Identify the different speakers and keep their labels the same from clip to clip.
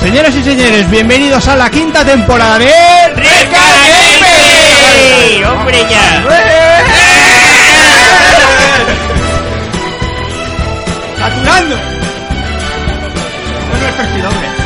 Speaker 1: Señoras y señores, bienvenidos a la quinta temporada de
Speaker 2: ¡Rescate! ¡Hombre ya!
Speaker 1: ¡Saturando! Bueno, es perfil doble.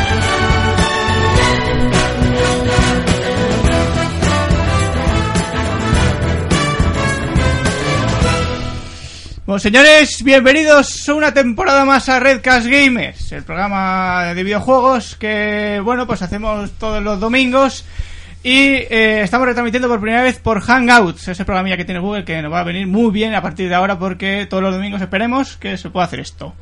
Speaker 1: Bueno, señores, bienvenidos una temporada más a Redcast Gamers, el programa de videojuegos que, bueno, pues hacemos todos los domingos y eh, estamos retransmitiendo por primera vez por Hangouts, ese programilla que tiene Google que nos va a venir muy bien a partir de ahora porque todos los domingos esperemos que se pueda hacer esto.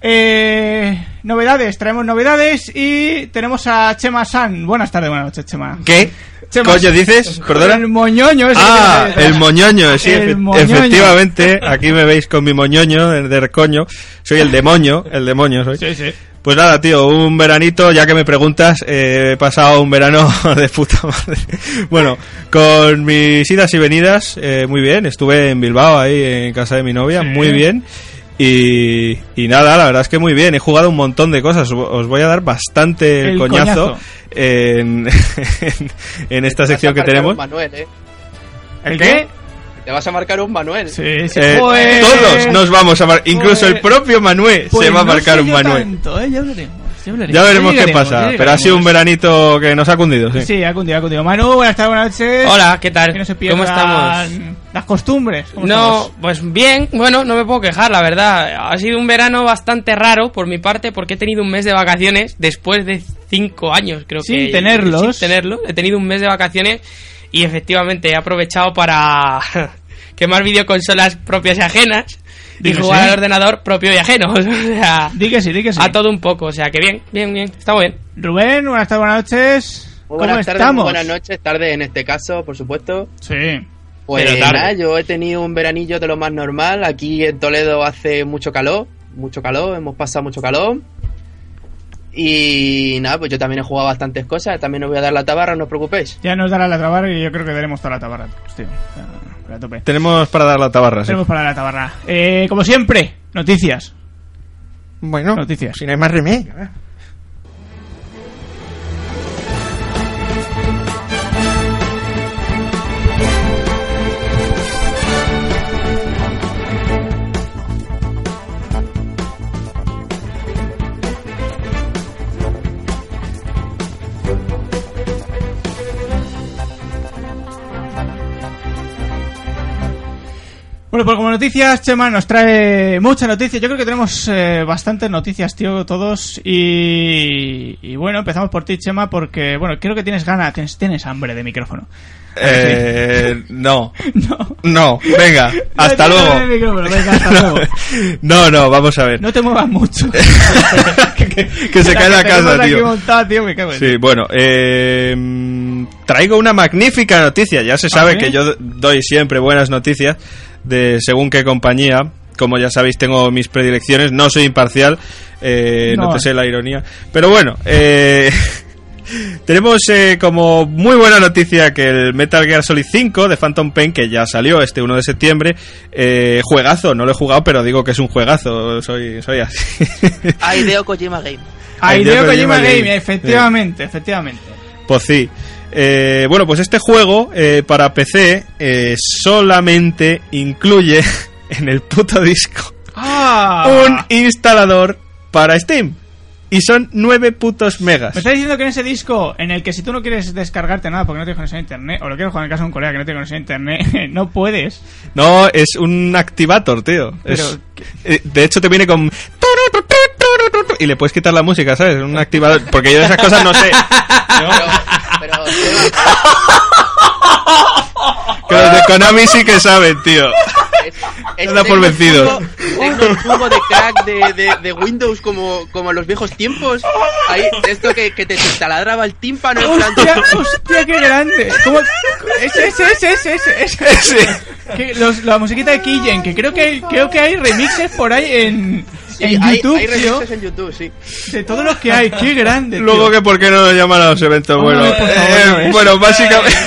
Speaker 1: Eh, novedades, traemos novedades y tenemos a Chema San. Buenas tardes, buenas noches, Chema.
Speaker 3: ¿Qué?
Speaker 1: Chema.
Speaker 3: ¿Coño dices?
Speaker 1: El
Speaker 3: ¿Perdona?
Speaker 1: moñoño ese que
Speaker 3: Ah,
Speaker 1: tiene detrás.
Speaker 3: el moñoño, sí,
Speaker 1: El
Speaker 3: efe-
Speaker 1: moñoño.
Speaker 3: efectivamente. Aquí me veis con mi moñoño, el de coño. Soy el demonio, el demonio soy.
Speaker 1: Sí, sí.
Speaker 3: Pues nada, tío, un veranito, ya que me preguntas, eh, he pasado un verano de puta madre. Bueno, con mis idas y venidas, eh, muy bien. Estuve en Bilbao, ahí en casa de mi novia,
Speaker 1: Sí.
Speaker 3: muy bien. Y, y nada, la verdad es que muy bien. He jugado un montón de cosas. Os- Os voy a dar bastante el
Speaker 1: El
Speaker 3: coñazo,
Speaker 1: coñazo.
Speaker 3: En, en, en esta
Speaker 4: Te vas
Speaker 3: sección
Speaker 4: a
Speaker 3: que
Speaker 4: marcar
Speaker 3: tenemos.
Speaker 4: Un Manuel, ¿eh?
Speaker 1: ¿El qué?
Speaker 4: Te vas a marcar un Manuel.
Speaker 1: Sí, sí.
Speaker 3: Eh,
Speaker 1: Pues-
Speaker 3: todos nos vamos a marcar, incluso
Speaker 1: Pues-
Speaker 3: el propio Manué
Speaker 1: Pues
Speaker 3: se va a
Speaker 1: no
Speaker 3: marcar
Speaker 1: sé
Speaker 3: un
Speaker 1: yo
Speaker 3: Manué.
Speaker 1: tanto, ¿eh? Ya veremos, ya veremos.
Speaker 3: Ya veremos
Speaker 1: Ya
Speaker 3: qué pasa,
Speaker 1: ya
Speaker 3: pero ha sido un veranito que nos ha cundido, sí.
Speaker 1: Sí, ha cundido, ha cundido. Manu, buenas tardes, buenas noches.
Speaker 2: Hola, ¿qué tal?
Speaker 1: Que no se pierdan
Speaker 2: ¿Cómo estamos?
Speaker 1: las costumbres. ¿Cómo
Speaker 2: No,
Speaker 1: estamos?
Speaker 2: pues bien, bueno, no me puedo quejar, la verdad. Ha sido un verano bastante raro por mi parte porque he tenido un mes de vacaciones después de cinco años, creo
Speaker 1: Sin
Speaker 2: que.
Speaker 1: tenerlos.
Speaker 2: Sin tenerlos. He tenido un mes de vacaciones y efectivamente he aprovechado para quemar videoconsolas propias y ajenas y
Speaker 1: Digo,
Speaker 2: jugar
Speaker 1: sí.
Speaker 2: al ordenador propio y ajeno. O sea,
Speaker 1: Di que sí, di que sí.
Speaker 2: a todo un poco. O sea, que bien, bien, bien. Está muy bien.
Speaker 1: Rubén, buenas tardes, buenas noches. ¿Cómo
Speaker 4: Muy buenas tardes, muy
Speaker 1: estamos?
Speaker 4: buenas noches, tarde en este caso, por supuesto.
Speaker 1: Sí.
Speaker 4: Pues
Speaker 2: Pero tarde.
Speaker 4: nada, yo he tenido un veranillo de lo más normal. Aquí en Toledo hace mucho calor, mucho calor, hemos pasado mucho calor. Y nada, pues yo también he jugado bastantes cosas. También os voy a dar la tabarra, no os preocupéis.
Speaker 1: Ya nos dará la tabarra y yo creo que daremos toda la tabarra. Hostia, a tope.
Speaker 3: Tenemos para dar la tabarra, sí.
Speaker 1: Tenemos para la tabarra. Eh, como siempre, noticias.
Speaker 3: Bueno,
Speaker 1: Noticias.
Speaker 3: no hay más remedio.
Speaker 1: Bueno, pues como noticias, Chema nos trae mucha noticia. Yo creo que tenemos eh, bastantes noticias, tío, todos. Y, y bueno, empezamos por ti, Chema, porque, bueno, creo que tienes ganas, tienes, tienes hambre de micrófono.
Speaker 3: Eh, no,
Speaker 1: No.
Speaker 3: no, venga, hasta
Speaker 1: No tienes hambre de
Speaker 3: luego.
Speaker 1: micrófono, venga, hasta luego.
Speaker 3: No, no, vamos a ver.
Speaker 1: No te muevas mucho.
Speaker 3: que, que se cae la
Speaker 1: tenemos
Speaker 3: casa,
Speaker 1: aquí
Speaker 3: tío.
Speaker 1: montada, tío, me cago en-
Speaker 3: Sí, bueno, eh, traigo una magnífica noticia. Ya se sabe
Speaker 1: ¿Ah, ¿sí?
Speaker 3: que yo doy siempre buenas noticias de según qué compañía. Como ya sabéis, tengo mis predilecciones, no soy imparcial, eh, no.
Speaker 1: No.
Speaker 3: te sé la ironía. Pero bueno, eh, tenemos eh, como muy buena noticia que el Metal Gear Solid 5 de Phantom Pain, que ya salió este 1 de septiembre, eh, juegazo, no lo he jugado, pero digo que es un juegazo, soy, soy así.
Speaker 4: Hay Deo Kojima Game.
Speaker 1: Ay,
Speaker 3: Hideo
Speaker 1: Hideo
Speaker 3: Kojima
Speaker 1: Kojima
Speaker 3: Game.
Speaker 1: Game, efectivamente, efectivamente.
Speaker 3: Pues sí. Eh, bueno, pues este juego eh, para PC eh, solamente incluye en el puto disco un
Speaker 1: ¡Ah!
Speaker 3: instalador para Steam. Y son 9 putos megas.
Speaker 1: Me está diciendo que en ese disco, en el que si tú no quieres descargarte nada porque no tienes conexión a internet, o lo quieres jugar en casa de un colega que no tiene conexión a internet, no puedes.
Speaker 3: No, es un activator, tío.
Speaker 1: Pero,
Speaker 3: Es- eh, de hecho, te viene con... Y le puedes quitar la música, ¿sabes? Un activador. Porque yo de esas cosas no sé.
Speaker 4: Pero, pero,
Speaker 3: Que los de Konami sí que saben, tío.
Speaker 4: es-
Speaker 3: Se da por
Speaker 4: tengo el
Speaker 3: vencido.
Speaker 4: jugo- Tengo el jugo de crack de, de- de Windows como, como en los viejos tiempos. Ahí, de esto que, que te, te taladraba el tímpano. en plan-
Speaker 1: ¡Hostia, hostia, qué grande! ¿Cómo? Ese, ese, ese, ese, ese, ese.
Speaker 3: Sí.
Speaker 1: Que los- la musiquita de Killen, que creo que hay, creo que hay remixes por ahí en, en
Speaker 4: Sí, hay-
Speaker 1: YouTube,
Speaker 4: hay,
Speaker 1: tío,
Speaker 4: remixes en YouTube, sí.
Speaker 1: de todos los que hay, qué grande. tío.
Speaker 3: Luego que por qué no lo llaman a los eventos,
Speaker 1: Hombre,
Speaker 3: bueno,
Speaker 1: por favor,
Speaker 3: eh,
Speaker 1: no es.
Speaker 3: bueno, básicamente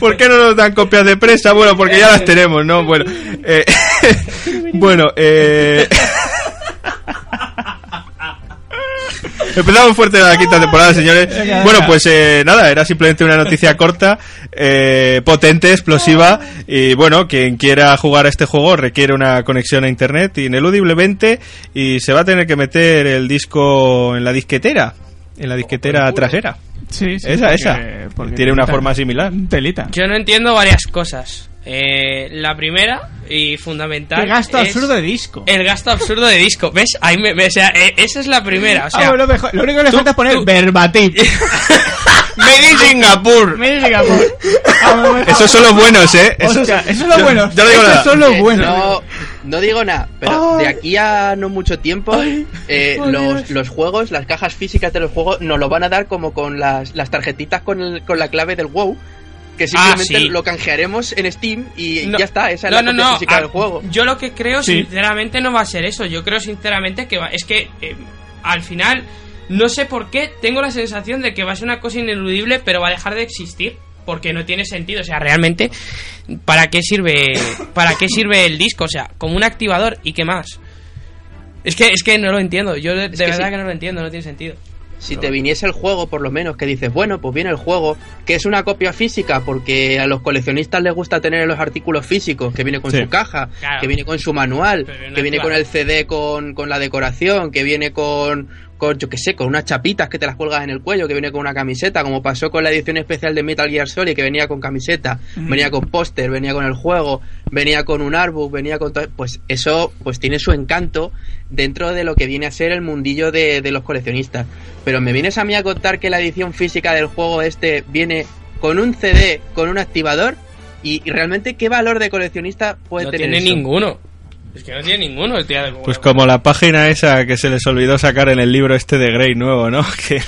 Speaker 3: ¿Por qué no nos dan copias de prensa? Bueno, porque ya las tenemos, ¿no? Bueno, eh, bueno, eh, Empezamos fuerte la quinta temporada, señores.
Speaker 1: Venga,
Speaker 3: Bueno,
Speaker 1: venga.
Speaker 3: pues eh, nada, era simplemente una noticia corta, eh, potente, explosiva. Y bueno, quien quiera jugar a este juego requiere una conexión a internet ineludiblemente y se va a tener que meter el disco en la disquetera. En la disquetera trasera.
Speaker 1: Sí, sí,
Speaker 3: Esa,
Speaker 1: porque-
Speaker 3: esa.
Speaker 1: porque
Speaker 3: Tiene una
Speaker 1: telita.
Speaker 3: forma similar.
Speaker 1: Telita.
Speaker 2: Yo no entiendo varias cosas. Eh, la primera y fundamental.
Speaker 1: Qué gasto
Speaker 2: es
Speaker 1: absurdo de disco.
Speaker 2: El gasto absurdo de disco. ¿Ves? Ahí me, me- o sea, eh, esa es la primera. O sea,
Speaker 1: Ah, lo, mejor- lo único que le
Speaker 2: tú-
Speaker 1: falta es poner
Speaker 2: tú-
Speaker 1: verbatim.
Speaker 3: Made in Singapur.
Speaker 1: Me diga, por- Ah, me- me-
Speaker 3: Esos son los buenos, ¿eh? Esos-
Speaker 1: Hostia, esos son los
Speaker 3: yo-
Speaker 1: buenos.
Speaker 3: yo no digo
Speaker 1: Esos
Speaker 3: nada.
Speaker 1: son los
Speaker 4: Eh,
Speaker 1: buenos.
Speaker 4: No, no digo nada, pero
Speaker 1: Ay.
Speaker 4: de aquí a no mucho tiempo, eh,
Speaker 1: por Dios.
Speaker 4: los, los juegos, las cajas físicas de los juegos, nos lo van a dar como con las, las tarjetitas con, el- con la clave del WoW. Que simplemente
Speaker 2: sí.
Speaker 4: lo canjearemos en Steam y
Speaker 2: No.
Speaker 4: ya está, esa es
Speaker 2: No,
Speaker 4: la
Speaker 2: no,
Speaker 4: copia
Speaker 2: no.
Speaker 4: física
Speaker 2: Ah,
Speaker 4: del juego.
Speaker 2: Yo lo que creo,
Speaker 1: Sí.
Speaker 2: sinceramente, no va a ser eso. Yo creo, sinceramente, que va. Es que eh, al final, no sé por qué, tengo la sensación de que va a ser una cosa ineludible, pero va a dejar de existir. Porque no tiene sentido. O sea, realmente, ¿para qué sirve, para qué sirve el disco? O sea, como un activador y qué más. Es que, es que no lo entiendo. Yo de, de
Speaker 4: que
Speaker 2: verdad
Speaker 4: sí.
Speaker 2: que no lo entiendo, no tiene sentido.
Speaker 4: Si te viniese el juego, por lo menos, que dices, bueno, pues viene el juego, que es una copia física, porque a los coleccionistas les gusta tener los artículos físicos, que viene con
Speaker 3: Sí.
Speaker 4: su caja,
Speaker 2: Claro.
Speaker 4: que viene con su manual,
Speaker 2: Pero no
Speaker 4: que viene
Speaker 2: claro.
Speaker 4: con el CD con, con la decoración, que viene con, con, yo qué sé, con unas chapitas que te las cuelgas en el cuello, que viene con una camiseta, como pasó con la edición especial de Metal Gear Solid, que venía con camiseta,
Speaker 1: Ujú.
Speaker 4: venía con póster, venía con el juego, venía con un artbook, venía con todo. Pues eso, pues tiene su encanto dentro de lo que viene a ser el mundillo de, de los coleccionistas. Pero me vienes a mí a contar que la edición física del juego este viene con un CD, con un activador. Y, y realmente, ¿qué valor de coleccionista puede
Speaker 2: No
Speaker 4: tener?
Speaker 2: tiene
Speaker 4: eso?
Speaker 2: ninguno. Es que no tiene ninguno el tío de
Speaker 3: Pues como la página esa que se les olvidó sacar en el libro este de Grey nuevo, ¿no? Que,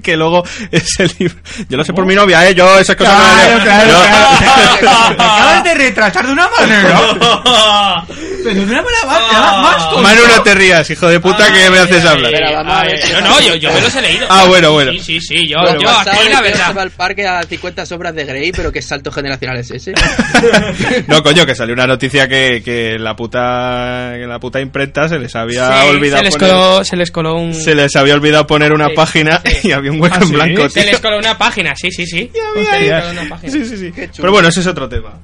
Speaker 3: que luego ese libro... Yo lo sé por mi novia, ¿eh? Yo esas cosas no las
Speaker 1: Claro,
Speaker 3: leo.
Speaker 1: claro,
Speaker 3: Yo-
Speaker 1: claro. Te Acabas de retrasar de una manera. Pero de una manera más, te va
Speaker 4: Ah.
Speaker 1: más tonto.
Speaker 3: Manu, no te rías, hijo de puta, que me haces hablar.
Speaker 4: Espera, vamos a ver si
Speaker 2: no,
Speaker 4: está
Speaker 2: no,
Speaker 4: bien.
Speaker 2: yo, yo me los he leído.
Speaker 3: Ah, bueno, bueno.
Speaker 2: Sí, sí, sí, yo,
Speaker 4: Bueno,
Speaker 2: yo
Speaker 4: pasado
Speaker 2: aquí
Speaker 4: el
Speaker 2: la
Speaker 4: tío se va
Speaker 2: verdad.
Speaker 4: al parque a 50 obras de Grey, pero qué salto generacional es ese.
Speaker 3: No, coño, que salió una noticia que, que la puta que la puta imprenta se les había
Speaker 2: Sí,
Speaker 3: olvidado
Speaker 2: se les,
Speaker 3: poner...
Speaker 2: coló, se les coló un...
Speaker 3: Se les había olvidado poner una
Speaker 2: Sí,
Speaker 3: página
Speaker 2: sí.
Speaker 3: y había un hueco
Speaker 1: ¿Ah,
Speaker 3: en
Speaker 1: sí?
Speaker 3: blanco,
Speaker 2: ¿Eh? se
Speaker 3: tío.
Speaker 2: les coló una página, sí, sí, sí. Se les coló una página.
Speaker 3: Sí, sí, sí.
Speaker 4: Qué chulo.
Speaker 3: Pero bueno, ese es otro tema.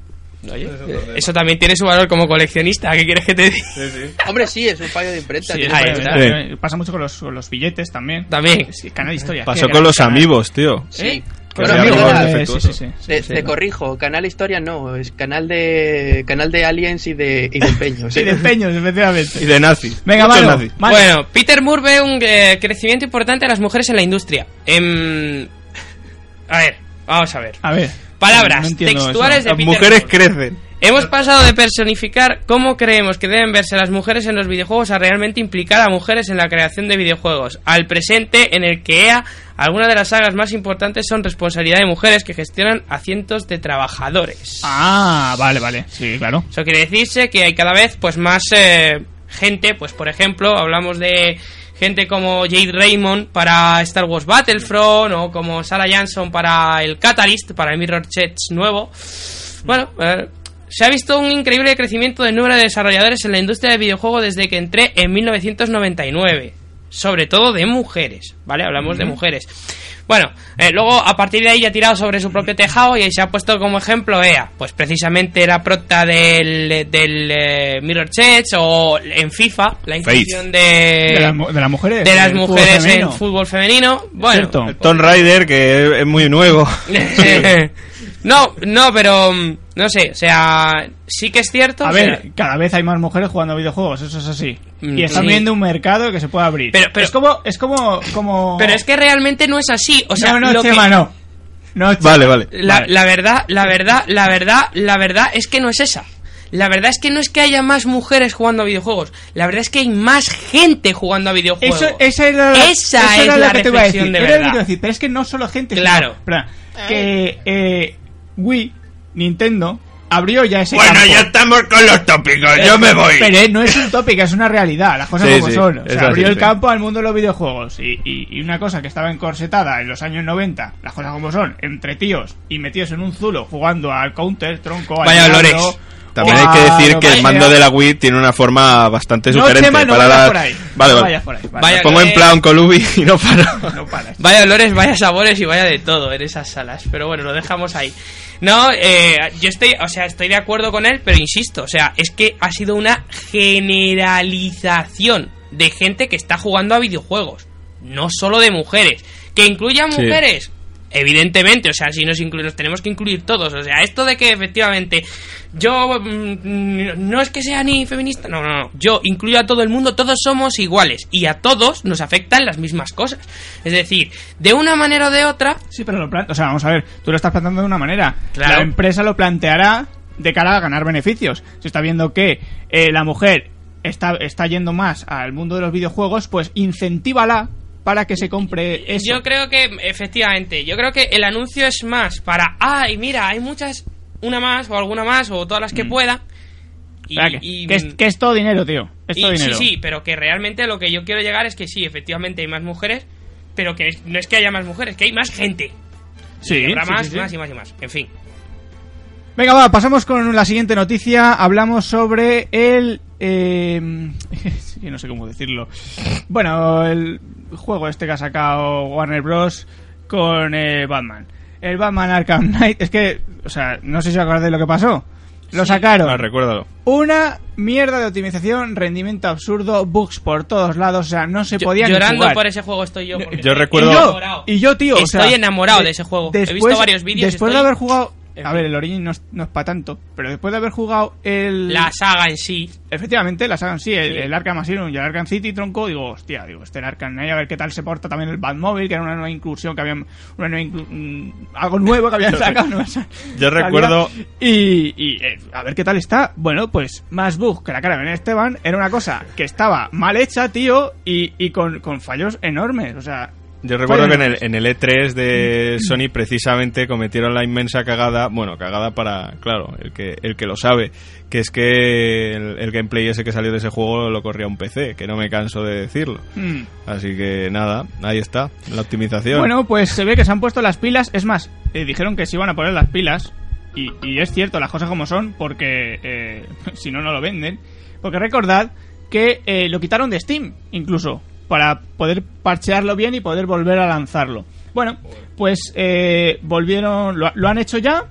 Speaker 2: Oye, eh, eso también tiene su valor como coleccionista, ¿qué quieres que te diga?
Speaker 3: Sí, sí.
Speaker 4: Hombre, sí, es un fallo de imprenta.
Speaker 2: Sí,
Speaker 4: tiene
Speaker 2: ahí
Speaker 4: fallo de
Speaker 2: está.
Speaker 1: Claro,
Speaker 3: Sí.
Speaker 1: eh, Pasa mucho con los, con los billetes también. Ah,
Speaker 2: También.
Speaker 1: Sí, Canal Historia.
Speaker 3: Pasó
Speaker 1: ¿qué?
Speaker 3: con los
Speaker 1: Canal-
Speaker 3: amigos, tío.
Speaker 4: Sí.
Speaker 2: ¿Eh?
Speaker 4: Pero
Speaker 3: Los
Speaker 1: Los
Speaker 4: mira,
Speaker 1: amigos,
Speaker 3: amigos,
Speaker 1: eh, sí,
Speaker 3: defectuosos.
Speaker 1: sí, sí, sí,
Speaker 4: Te,
Speaker 1: sí.
Speaker 4: te corrijo, canal historia no, es canal de canal de aliens y de, y de empeños.
Speaker 1: Sí, de empeños,
Speaker 3: Y
Speaker 1: efectivamente.
Speaker 3: de nazis.
Speaker 1: Venga,
Speaker 3: Muchos
Speaker 1: Manu.
Speaker 3: nazis.
Speaker 1: Manu.
Speaker 2: Bueno, Peter Moore ve un eh, crecimiento importante de las mujeres en la industria. Em, a ver, vamos a ver.
Speaker 1: A ver.
Speaker 2: Palabras
Speaker 1: No entiendo
Speaker 2: textuales
Speaker 1: eso.
Speaker 2: de
Speaker 3: Las
Speaker 2: Peter
Speaker 3: mujeres
Speaker 2: Moore.
Speaker 3: crecen.
Speaker 2: Hemos pasado de personificar cómo creemos que deben verse las mujeres en los videojuegos a realmente implicar a mujeres en la creación de videojuegos, al presente en el que EA, algunas de las sagas más importantes son responsabilidad de mujeres que gestionan a cientos de trabajadores.
Speaker 1: Ah, vale, vale. Sí, claro.
Speaker 2: Eso quiere decirse que hay cada vez pues más eh, gente, pues por ejemplo, hablamos de gente como Jade Raymond para Star Wars Battlefront o como Sarah Jansson para el Catalyst, para el Mirror Chats nuevo. Bueno, eh, se ha visto un increíble crecimiento del número de desarrolladores en la industria del videojuego desde que entré en 1999. Sobre todo de mujeres, ¿vale? Hablamos de mujeres. Bueno, eh, luego a partir de ahí ya ha tirado sobre su propio tejado y ahí se ha puesto como ejemplo EA. Pues precisamente era prota del, del eh, Mirror Chats o en FIFA, la inclusión de,
Speaker 1: De, las mu- de las mujeres.
Speaker 2: Eh, de las
Speaker 1: del fútbol
Speaker 2: mujeres en
Speaker 1: femenino.
Speaker 2: fútbol femenino. Bueno,
Speaker 1: Cierto.
Speaker 3: El Tomb Raider, que es- es muy nuevo.
Speaker 2: no, no, pero mm, no sé, o sea, sí que es cierto.
Speaker 1: A
Speaker 2: o sea,
Speaker 1: ver, cada vez hay más mujeres jugando a videojuegos, eso es así.
Speaker 2: Mm,
Speaker 1: Y están
Speaker 2: sí.
Speaker 1: viendo un mercado que se puede abrir.
Speaker 2: Pero- pero-
Speaker 1: es como, es como, como.
Speaker 2: pero es que realmente no es así. O sea,
Speaker 1: no, no,
Speaker 2: lo que-
Speaker 1: Chema, no. No, Chema.
Speaker 3: Vale, vale.
Speaker 2: La,
Speaker 1: Vale.
Speaker 2: la verdad, la verdad, la verdad, la verdad es que no es esa. La verdad es que no es que haya más mujeres jugando a videojuegos. La verdad es que hay más gente jugando a videojuegos.
Speaker 1: Eso, esa era la,
Speaker 2: Esa
Speaker 1: eso
Speaker 2: es
Speaker 1: era
Speaker 2: la
Speaker 1: que te iba a decir.
Speaker 2: reflexión de
Speaker 1: Era lo que
Speaker 2: verdad.
Speaker 1: te iba a decir, pero es que no solo gente. sino-
Speaker 2: Claro.
Speaker 1: Espera, que eh, Wii, Nintendo, abrió ya ese
Speaker 3: Bueno,
Speaker 1: campo.
Speaker 3: ya estamos con los tópicos, yo me voy.
Speaker 1: Pero eh, no es un tópico, es una realidad, las cosas
Speaker 3: Sí,
Speaker 1: como
Speaker 3: sí,
Speaker 1: son. O
Speaker 3: es
Speaker 1: sea,
Speaker 3: así,
Speaker 1: abrió el
Speaker 3: sí.
Speaker 1: campo al mundo de los videojuegos. Y, y- y una cosa que estaba encorsetada en los años 90, las cosas como son, entre tíos y metidos en un zulo jugando al counter, tronco, al
Speaker 2: Vaya
Speaker 1: Diablo,
Speaker 2: olores.
Speaker 3: También
Speaker 1: Wow,
Speaker 3: hay que decir que el
Speaker 1: vaya.
Speaker 3: mando de la Wii tiene una forma bastante
Speaker 1: No,
Speaker 3: sugerente
Speaker 1: Chema, no
Speaker 3: para
Speaker 1: vayas
Speaker 3: la-
Speaker 1: por ahí.
Speaker 3: Vale,
Speaker 1: No
Speaker 3: vale.
Speaker 1: vayas por ahí. vale.
Speaker 2: Vaya-
Speaker 3: Me pongo en
Speaker 2: eh.
Speaker 3: plan Colubi y no paro.
Speaker 1: No paras.
Speaker 2: Vaya olores, vaya sabores y vaya de todo en esas salas. Pero bueno, lo dejamos ahí. No, eh, yo estoy, o sea, estoy de acuerdo con él, pero insisto, o sea, es que ha sido una generalización de gente que está jugando a videojuegos, no solo de mujeres. Que incluya
Speaker 3: Sí.
Speaker 2: mujeres, evidentemente, o sea, si nos inclu- nos tenemos que incluir todos, o sea, esto de que efectivamente yo mm, no es que sea ni feminista, no, no, no, yo incluyo a todo el mundo, todos somos iguales y a todos nos afectan las mismas cosas. Es decir, de una manera o de otra,
Speaker 1: Sí, pero lo plantea. O sea, vamos a ver, tú lo estás planteando de una manera.
Speaker 2: Claro.
Speaker 1: La empresa lo planteará de cara a ganar beneficios. Se está viendo que eh, la mujer está, está yendo más al mundo de los videojuegos, pues incentívala para que se compre eso.
Speaker 2: eh, Yo creo que, efectivamente, yo creo que el anuncio es más para, ay, mira, hay muchas, una más o alguna más o todas las que pueda. Y,
Speaker 1: O sea, Mm. que,
Speaker 2: y-
Speaker 1: que es, que es todo dinero, tío. Es todo
Speaker 2: y- sí,
Speaker 1: dinero.
Speaker 2: sí, pero que realmente lo que yo quiero llegar es que sí, efectivamente hay más mujeres, pero que es- no es que haya más mujeres, que hay más gente.
Speaker 1: Sí,
Speaker 2: Y habrá
Speaker 1: sí,
Speaker 2: más,
Speaker 1: sí, sí.
Speaker 2: más y más y más. En fin.
Speaker 1: Venga, va, pasamos con la siguiente noticia. Hablamos sobre el. Eh, es que no sé cómo decirlo. Bueno, el juego este que ha sacado Warner Bros. con eh, Batman. El Batman Arkham Knight. Es que, o sea, no sé si os acordáis de lo que pasó. Lo sacaron.
Speaker 3: Ah, recuérdalo.
Speaker 1: Una mierda de optimización, rendimiento absurdo, bugs por todos lados. O sea, no se
Speaker 2: Yo-
Speaker 1: podía ni
Speaker 2: llorando
Speaker 1: jugar.
Speaker 2: por ese juego estoy yo. porque
Speaker 3: yo
Speaker 2: estoy
Speaker 3: recuerdo-
Speaker 2: enamorado.
Speaker 1: Y yo, tío, o
Speaker 2: Estoy
Speaker 1: sea,
Speaker 2: enamorado de,
Speaker 1: de-
Speaker 2: ese juego. He
Speaker 1: después-
Speaker 2: visto varios vídeos.
Speaker 1: Después
Speaker 2: estoy-
Speaker 1: de haber jugado.
Speaker 2: En
Speaker 1: A
Speaker 2: fin.
Speaker 1: ver, el Origin no es, para tanto, pero después de haber jugado el.
Speaker 2: La saga en sí.
Speaker 1: Efectivamente, la saga en sí, el,
Speaker 2: Sí.
Speaker 1: el Arkham Asylum y el Arkham City, tronco, digo, hostia, digo, este el Arkham Knight, a ver qué tal se porta también el Batmobile, que era una nueva inclusión, que habían. Una nueva inclu- mm, algo nuevo que habían sacado. no me sale.
Speaker 3: Yo recuerdo-
Speaker 1: Y, y, eh, a ver qué tal está. Bueno, pues más bug que la cara de Ben Esteban era una cosa que estaba mal hecha, tío, y, y con, con fallos enormes, o sea.
Speaker 3: Yo recuerdo que
Speaker 1: fallos
Speaker 3: en el, en el E3 de Sony precisamente cometieron la inmensa cagada, bueno, cagada para, claro, el que, el que lo sabe, que es que el, el gameplay ese que salió de ese juego lo corría un PC, que no me canso de decirlo.
Speaker 1: enormes. Mm.
Speaker 3: Así que nada, ahí está, la optimización.
Speaker 1: Bueno, pues se ve que se han puesto las pilas. Es más, eh, dijeron que se iban a poner las pilas. Y, y es cierto, las cosas como son, porque eh, si no, no lo venden. Porque recordad que eh, lo quitaron de Steam, incluso, para poder parchearlo bien y poder volver a lanzarlo. Bueno, pues eh, volvieron, lo, lo han hecho ya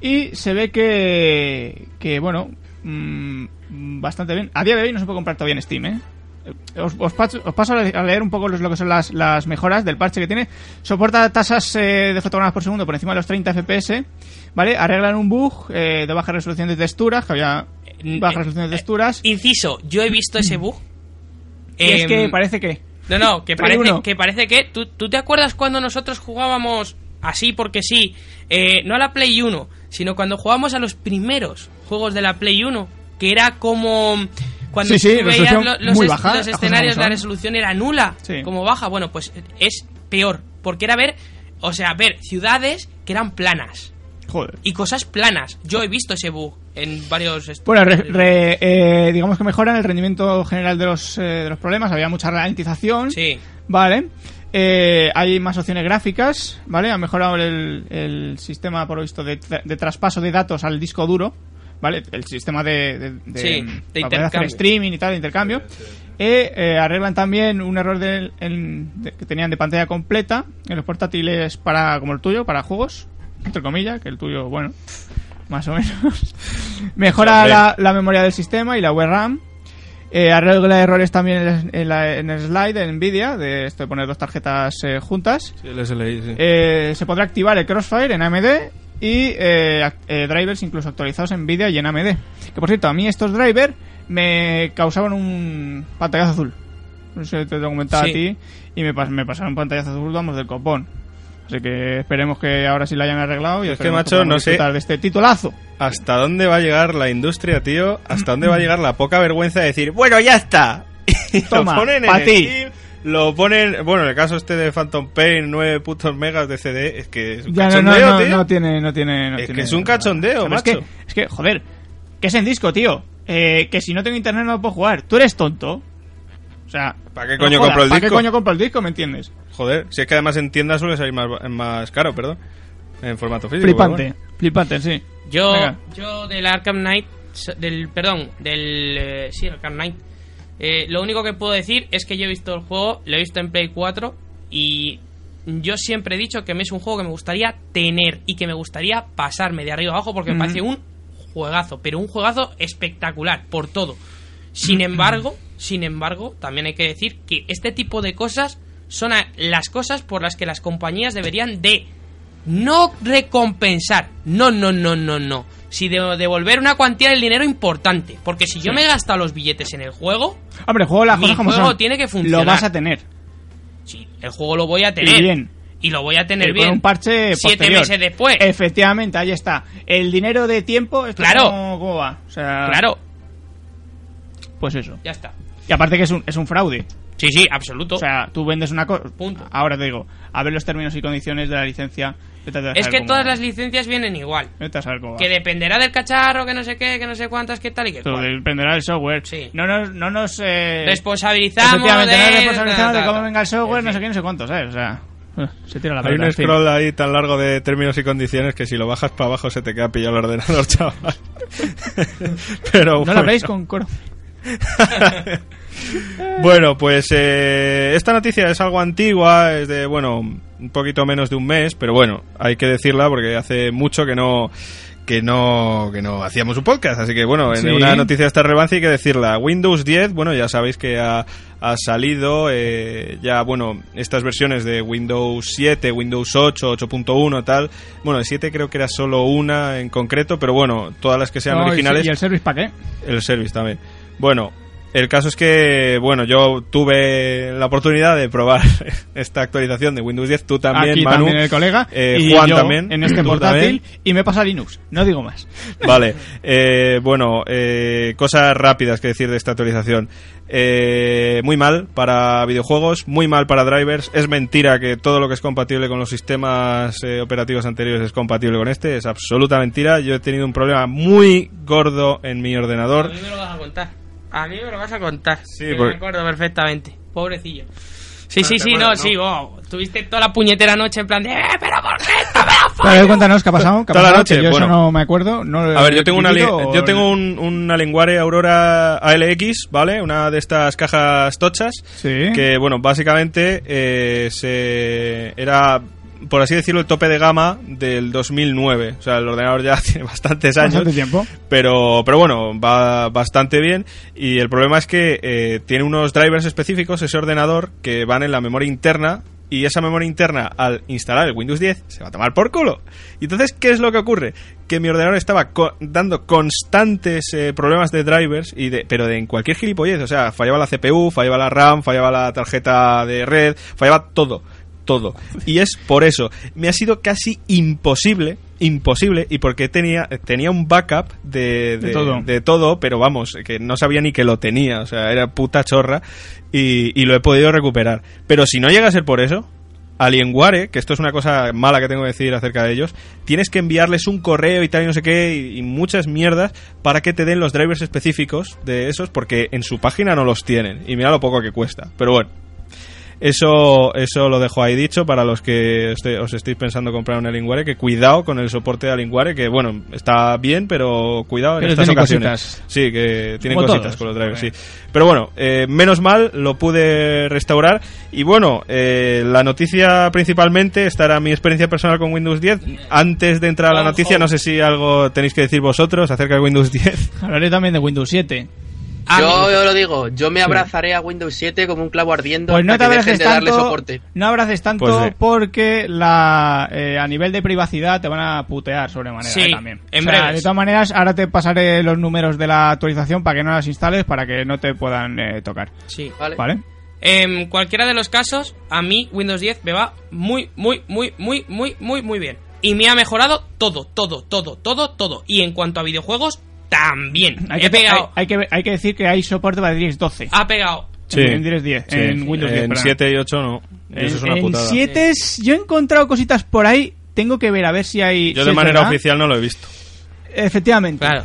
Speaker 1: y se ve que, que bueno, mm, bastante bien. A día de hoy no se puede comprar todavía en Steam, ¿eh? Os, os pas- os paso a le- a leer un poco los- lo que son las, las mejoras del parche que tiene. Soporta tasas eh, de fotogramas por segundo por encima de los 30 FPS. ¿Vale? Arreglan un bug eh, de baja resolución de texturas, que había
Speaker 2: Eh,
Speaker 1: baja
Speaker 2: eh,
Speaker 1: resolución
Speaker 2: eh,
Speaker 1: de texturas. Mm, Y,
Speaker 2: Inciso, yo he visto ese bug.
Speaker 1: es
Speaker 2: Em,
Speaker 1: que parece que...
Speaker 2: No, no, que
Speaker 1: Play
Speaker 2: parece
Speaker 1: uno.
Speaker 2: que... Parece que ¿tú, tú te acuerdas cuando nosotros jugábamos así porque sí? eh, no a la Play 1, sino cuando jugábamos a los primeros juegos de la Play 1, que era como... Cuando
Speaker 1: Sí, sí,
Speaker 2: tú veías
Speaker 1: resolución
Speaker 2: lo- los,
Speaker 1: muy
Speaker 2: es-
Speaker 1: baja,
Speaker 2: los
Speaker 1: las cosas
Speaker 2: escenarios,
Speaker 1: como
Speaker 2: la
Speaker 1: son.
Speaker 2: resolución era nula,
Speaker 1: Sí.
Speaker 2: como baja. Bueno, pues es peor, porque era ver... O sea, ver ciudades que eran planas.
Speaker 1: Joder.
Speaker 2: Y cosas planas. Yo he visto ese bug en varios... est-
Speaker 1: Bueno, re- re- eh, digamos que mejoran el rendimiento general de los, eh, de los problemas. Había mucha ralentización.
Speaker 2: Sí.
Speaker 1: Vale. Eh, hay más opciones gráficas, ¿vale? Ha mejorado el, el sistema, por lo visto, de, tra- de traspaso de datos al disco duro, ¿vale? El sistema de, de, de- mm,
Speaker 2: Sí,
Speaker 1: para
Speaker 2: de
Speaker 1: poder hacer
Speaker 2: intercambio.
Speaker 1: streaming y tal, de intercambio. Eh, eh, arreglan también un error del- en- de- que tenían de pantalla completa en los portátiles para como el tuyo, para juegos, entre comillas, que el tuyo, bueno, más o menos. Mejora
Speaker 3: Hombre.
Speaker 1: la, la memoria del sistema y la web RAM. Eh, arregla errores también en, el- en la- en el slide en Nvidia, de esto de poner dos tarjetas eh, juntas.
Speaker 3: Sí, el SLI, sí.
Speaker 1: Eh, se podrá activar el Crossfire en AMD y eh, ac- eh, drivers incluso actualizados en Nvidia y en AMD. Que por cierto, a mí estos drivers me causaban un pantallazo azul. No sé, te lo comentaba
Speaker 2: Sí.
Speaker 1: a ti y me, pas- me pasaron pantallazo azul, vamos, del copón. Así que esperemos que ahora sí lo hayan arreglado y
Speaker 3: Es que,
Speaker 1: esperemos
Speaker 3: macho,
Speaker 1: podamos
Speaker 3: no sé.
Speaker 1: disfrutar de este titulazo.
Speaker 3: ¿Hasta dónde va a llegar la industria, tío? ¿Hasta dónde va a llegar la poca vergüenza de decir, bueno, ya está? Y
Speaker 1: Toma,
Speaker 3: lo ponen en
Speaker 1: pa' ti.
Speaker 3: Steam, lo ponen, bueno, en el caso este de Phantom Pain, 9 putos megas de CD, es que es un
Speaker 1: Ya no, no,
Speaker 3: cachondeo,
Speaker 1: no,
Speaker 3: tío.
Speaker 1: no tiene, no tiene, no
Speaker 3: Es que
Speaker 1: tiene-
Speaker 3: es un cachondeo,
Speaker 1: Pero es
Speaker 3: macho.
Speaker 1: que- Es que, joder, que es en disco, tío. Eh, que si no tengo internet no puedo jugar. Tú eres tonto. O sea,
Speaker 3: ¿Para qué
Speaker 1: no
Speaker 3: coño
Speaker 1: jodas,
Speaker 3: compro el
Speaker 1: ¿Para qué
Speaker 3: disco?
Speaker 1: coño compro el disco, me entiendes?
Speaker 3: Joder, si es que además en tiendas suele salir más, más caro, perdón, en formato físico.
Speaker 1: Flipante,
Speaker 3: pero bueno.
Speaker 1: flipante, sí.
Speaker 2: Yo,
Speaker 1: Venga.
Speaker 2: yo del Arkham Knight del perdón, del eh, sí, el Arkham Knight. Eh, lo único que puedo decir es que yo he visto el juego, lo he visto en Play 4 y yo siempre he dicho que es un juego que me gustaría tener y que me gustaría pasarme de arriba abajo porque me
Speaker 1: Ujú.
Speaker 2: parece un juegazo, pero un juegazo espectacular por todo. Sin embargo, sin embargo, también hay que decir que este tipo de cosas son a- las cosas por las que las compañías deberían de no recompensar. No, no, no, no, no. Si de- devolver una cuantía del dinero importante, porque si yo me he gastado los billetes en el juego,
Speaker 1: Hombre, el juego las
Speaker 2: Mi
Speaker 1: cosas como
Speaker 2: juego
Speaker 1: son.
Speaker 2: tiene que funcionar.
Speaker 1: Lo vas a tener.
Speaker 2: sí, el juego lo voy a tener
Speaker 1: Y bien.
Speaker 2: Y lo voy a tener
Speaker 1: Y
Speaker 2: bien
Speaker 1: Con un parche
Speaker 2: siete
Speaker 1: posterior.
Speaker 2: meses después.
Speaker 1: Efectivamente, ahí está. El dinero de tiempo, esto
Speaker 2: Claro.
Speaker 1: ¿cómo, cómo va? O sea,
Speaker 2: Claro,
Speaker 1: Pues eso.
Speaker 2: ya está.
Speaker 1: Y aparte que es un, es un fraude.
Speaker 2: Sí, sí, absoluto.
Speaker 1: O sea, tú vendes una cosa.
Speaker 2: Punto.
Speaker 1: Ahora te digo, a ver los términos y condiciones de la licencia. vete a saber
Speaker 2: es que
Speaker 1: cómo-
Speaker 2: todas las licencias vienen igual.
Speaker 1: vete a saber cómo va.
Speaker 2: Que dependerá del cacharro, que no sé qué, que no sé cuántas, que tal y que
Speaker 1: Todo
Speaker 2: cual.
Speaker 1: dependerá del software.
Speaker 2: Sí.
Speaker 1: No nos. No nos eh,
Speaker 2: Responsabilizamos
Speaker 1: efectivamente,
Speaker 2: de...
Speaker 1: no nos responsabilizamos de
Speaker 2: ta, ta,
Speaker 1: cómo
Speaker 2: ta.
Speaker 1: venga el software,
Speaker 2: En
Speaker 1: no
Speaker 2: fin.
Speaker 1: sé qué, no sé cuánto, ¿sabes? O sea, uh, se tira la
Speaker 3: Hay
Speaker 1: pelota.
Speaker 3: un
Speaker 1: en fin.
Speaker 3: scroll ahí tan largo de términos y condiciones que si lo bajas para abajo se te queda pillado el ordenador, chaval. Pero
Speaker 1: No
Speaker 3: bueno.
Speaker 1: lo habléis con coro.
Speaker 3: Bueno, pues eh, esta noticia es algo antigua, es de, bueno, un poquito menos de un mes, pero bueno, hay que decirla porque hace mucho que no que no que no hacíamos un podcast, así que bueno, en
Speaker 1: Sí.
Speaker 3: una noticia de esta relevancia hay que decirla. Windows 10, bueno, ya sabéis que ha, ha salido eh, ya, bueno, estas versiones de Windows 7, Windows 8, 8.1, tal. Bueno, de 7 creo que era solo una en concreto, pero bueno, todas las que sean
Speaker 1: No, y-
Speaker 3: originales
Speaker 1: ¿Y el service pack, eh?
Speaker 3: el service también. Bueno, el caso es que, bueno, yo tuve la oportunidad de probar esta actualización de Windows 10, tú también,
Speaker 1: Aquí
Speaker 3: Manu.
Speaker 1: también el colega.
Speaker 3: eh,
Speaker 1: y
Speaker 3: Juan
Speaker 1: yo
Speaker 3: también.
Speaker 1: En este
Speaker 3: tú
Speaker 1: portátil.
Speaker 3: también.
Speaker 1: Y me pasa Linux. No digo más.
Speaker 3: Vale, eh, bueno, eh, cosas rápidas que decir de esta actualización. Eh, muy mal para videojuegos, muy mal para drivers. Es mentira que todo lo que es compatible con los sistemas eh, operativos anteriores es compatible con este. Es absoluta mentira. Yo he tenido un problema muy gordo en mi ordenador.
Speaker 2: A mí me lo vas a contar. A mí me lo vas a contar.
Speaker 3: Sí,
Speaker 2: Yo
Speaker 3: porque-
Speaker 2: me acuerdo perfectamente. Pobrecillo. Sí, sí,
Speaker 3: te
Speaker 2: sí, no,
Speaker 3: acuerdas,
Speaker 2: sí, wow. Tuviste toda la puñetera noche en plan de... "Eh, pero por qué esto me lo
Speaker 1: Pero a ver, cuéntanos qué ha pasado. ¿Qué ha
Speaker 3: Toda la
Speaker 1: pasado?
Speaker 3: noche,
Speaker 1: que yo
Speaker 3: bueno.
Speaker 1: eso no me acuerdo. No,
Speaker 3: A ver, yo tengo una, li-
Speaker 1: ¿Chiquito o-
Speaker 3: yo tengo un, una lenguare Aurora ALX, ¿vale? Una de estas cajas tochas.
Speaker 1: Sí.
Speaker 3: Que, bueno, básicamente eh, se era, por así decirlo, el tope de gama del 2009. O sea, el ordenador ya tiene bastantes años.
Speaker 1: Bastante tiempo.
Speaker 3: Pero, pero bueno, va bastante bien. Y el problema es que eh, tiene unos drivers específicos, ese ordenador, que van en la memoria interna. Y esa memoria interna, al instalar el Windows 10, se va a tomar por culo. Y entonces, ¿qué es lo que ocurre? Que mi ordenador estaba co- dando constantes eh, problemas de drivers, y de, pero de, en cualquier gilipollez. O sea, fallaba la CPU, fallaba la RAM, fallaba la tarjeta de red, fallaba todo todo. Y es por eso. Me ha sido casi imposible, imposible, y porque tenía, tenía un backup de,
Speaker 1: De todo.
Speaker 3: todo, pero vamos, que no sabía ni que lo tenía, o sea, era puta chorra, y, y lo he podido recuperar. Pero si no llega a ser por eso, Alienware, que esto es una cosa mala que tengo que decir acerca de ellos, tienes que enviarles un correo y tal y no sé qué, y, y muchas mierdas, para que te den los drivers específicos de esos, porque en su página no los tienen, y mira lo poco que cuesta. Pero bueno. Eso, eso lo dejo ahí dicho para los que este- os estéis pensando comprar un Alienware, que cuidado con el soporte de Alienware, que bueno, está bien, pero cuidado en
Speaker 1: Pero
Speaker 3: estas
Speaker 1: tiene
Speaker 3: ocasiones.
Speaker 1: cositas.
Speaker 3: Sí, que tiene
Speaker 1: Como todos.
Speaker 3: cositas con los drivers, sí. Pero bueno, eh, menos mal, lo pude restaurar. Y bueno, eh, la noticia principalmente, esta era mi experiencia personal con Windows 10. Antes de entrar a la
Speaker 2: Ojo.
Speaker 3: noticia, no sé si algo tenéis que decir vosotros acerca de Windows 10.
Speaker 1: Hablaré también de Windows 7.
Speaker 2: Ah,
Speaker 4: Yo,
Speaker 2: mi-
Speaker 4: yo lo digo, yo me abrazaré a Windows 7 como un clavo ardiendo
Speaker 1: Pues no te
Speaker 4: hasta que
Speaker 1: abraces
Speaker 4: dejen de darle
Speaker 1: tanto,
Speaker 4: soporte.
Speaker 1: no abraces tanto
Speaker 3: Pues sí.
Speaker 1: porque la, eh, a nivel de privacidad te van a putear sobremanera
Speaker 2: Sí,
Speaker 1: eh, también.
Speaker 2: en
Speaker 1: O sea,
Speaker 2: breves.
Speaker 1: de todas maneras, ahora te pasaré los números de la actualización para que no las instales, para que no te puedan eh, tocar.
Speaker 2: Sí.
Speaker 4: ¿Vale?
Speaker 1: ¿Vale?
Speaker 2: En cualquiera de los casos, a mí Windows 10 me va muy, muy, muy, muy, muy, muy, muy bien. Y me ha mejorado todo, todo, todo, todo, todo. Y en cuanto a videojuegos, también.
Speaker 1: Hay
Speaker 2: He
Speaker 1: que,
Speaker 2: pegado,
Speaker 1: hay- hay que, hay que decir que hay soporte para DirectX 12.
Speaker 3: Ah.
Speaker 2: ha pegado.
Speaker 1: En- en Windows 10, en Windows 10, perdón.
Speaker 3: 7 y 8 no. Eso es una
Speaker 1: en
Speaker 3: putada.
Speaker 1: 7 yo he encontrado cositas por ahí. Tengo que ver a ver si hay.
Speaker 3: Yo
Speaker 1: si
Speaker 3: de
Speaker 1: es
Speaker 3: manera
Speaker 1: verdad.
Speaker 3: oficial no lo he visto.
Speaker 1: Efectivamente.
Speaker 2: Claro.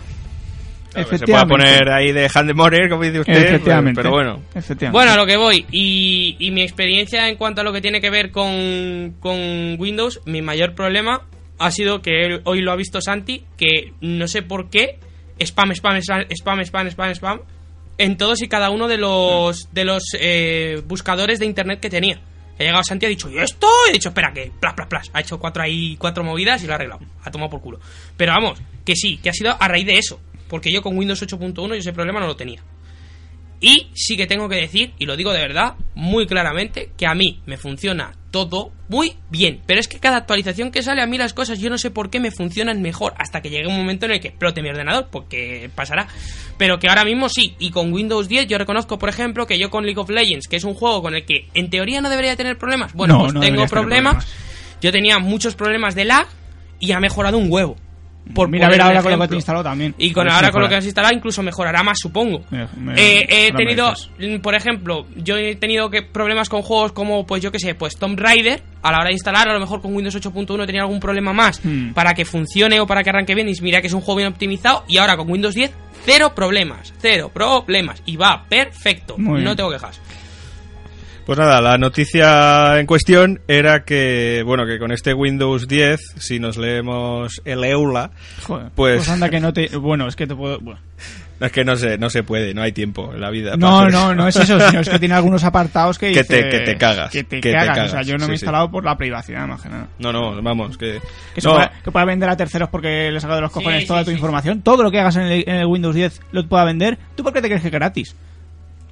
Speaker 3: Se puede
Speaker 1: efectivamente.
Speaker 3: poner ahí de Handemorer, como dice usted.
Speaker 1: Efectivamente.
Speaker 3: Pero bueno.
Speaker 1: Este, Efectivamente.
Speaker 2: Bueno, a lo que voy. Y, y mi experiencia en cuanto a lo que tiene que ver con, con Windows, mi mayor problema ha sido que él- hoy lo ha visto Santi, que no sé por qué spam, spam, spam, spam, spam, spam, spam, en todos y cada uno de los, de los eh, buscadores de internet que tenía. Ha llegado Santi y ha dicho, ¿y esto? Y he dicho, espera, que plas, plas, plas. Ha hecho cuatro ahí, cuatro movidas y lo ha arreglado. Ha tomado por culo. Pero vamos, que sí, que ha sido a raíz de eso. Porque yo con Windows 8.1 yo ese problema no lo tenía. Y sí que tengo que decir, y lo digo de verdad, muy claramente, que a mí me funciona todo muy bien. Pero es que cada actualización que sale a mí las cosas, yo no sé por qué me funcionan mejor. Hasta que llegue un momento en el que explote mi ordenador, porque pasará. Pero que ahora mismo sí. Y con Windows 10 yo reconozco, por ejemplo, que yo con League of Legends, que es un juego con el que en teoría no debería tener problemas. Bueno,
Speaker 1: No,
Speaker 2: pues
Speaker 1: no
Speaker 2: tengo
Speaker 1: deberías tener
Speaker 2: problemas.
Speaker 1: problemas.
Speaker 2: Yo tenía muchos problemas de lag y ha mejorado un huevo. Por
Speaker 1: Mira, a ver
Speaker 2: poner un
Speaker 1: ahora con lo que te
Speaker 2: ejemplo.
Speaker 1: instaló también. Pues
Speaker 2: Y con
Speaker 1: A ver si
Speaker 2: ahora con lo que
Speaker 1: mejora.
Speaker 2: has instalado incluso mejorará más, supongo.
Speaker 1: Me- me-
Speaker 2: Eh, he
Speaker 1: ahora me
Speaker 2: tenido,
Speaker 1: dices.
Speaker 2: mm, por ejemplo, yo he tenido que problemas con juegos como, pues yo qué sé, pues Tomb Raider, a la hora de instalar, a lo mejor con Windows 8.1 tenía algún problema más
Speaker 1: Hmm.
Speaker 2: para que funcione o para que arranque bien. Y mira que es un juego bien optimizado. Y ahora con Windows 10, cero problemas, cero problemas. Y va perfecto,
Speaker 1: Muy bien.
Speaker 2: no tengo quejas.
Speaker 3: Pues nada, la noticia en cuestión era que, bueno, que con este Windows 10, si nos leemos el EULA,
Speaker 1: Joder,
Speaker 3: Pues-
Speaker 1: pues... anda que no te... Bueno, es que te puedo... bueno.
Speaker 3: no es que no se, no se puede, no hay tiempo en la vida. para
Speaker 1: No,
Speaker 3: hacer
Speaker 1: no,
Speaker 3: eso.
Speaker 1: no es eso, sino es que tiene algunos apartados que
Speaker 3: Que te-
Speaker 1: dice-
Speaker 3: que te cagas,
Speaker 1: Que te
Speaker 3: que te
Speaker 1: cagas.
Speaker 3: cagas,
Speaker 1: O sea, yo no me he
Speaker 3: sí, sí.
Speaker 1: instalado por la privacidad, más que nada.
Speaker 3: No, no, vamos, que...
Speaker 1: Que, se
Speaker 3: no,
Speaker 1: pueda, que pueda vender a terceros porque le saca de los cojones
Speaker 2: Sí,
Speaker 1: toda
Speaker 2: sí,
Speaker 1: tu
Speaker 2: sí.
Speaker 1: información. Todo lo que hagas en el, en el Windows 10 lo pueda vender. ¿Tú por qué te crees que es gratis?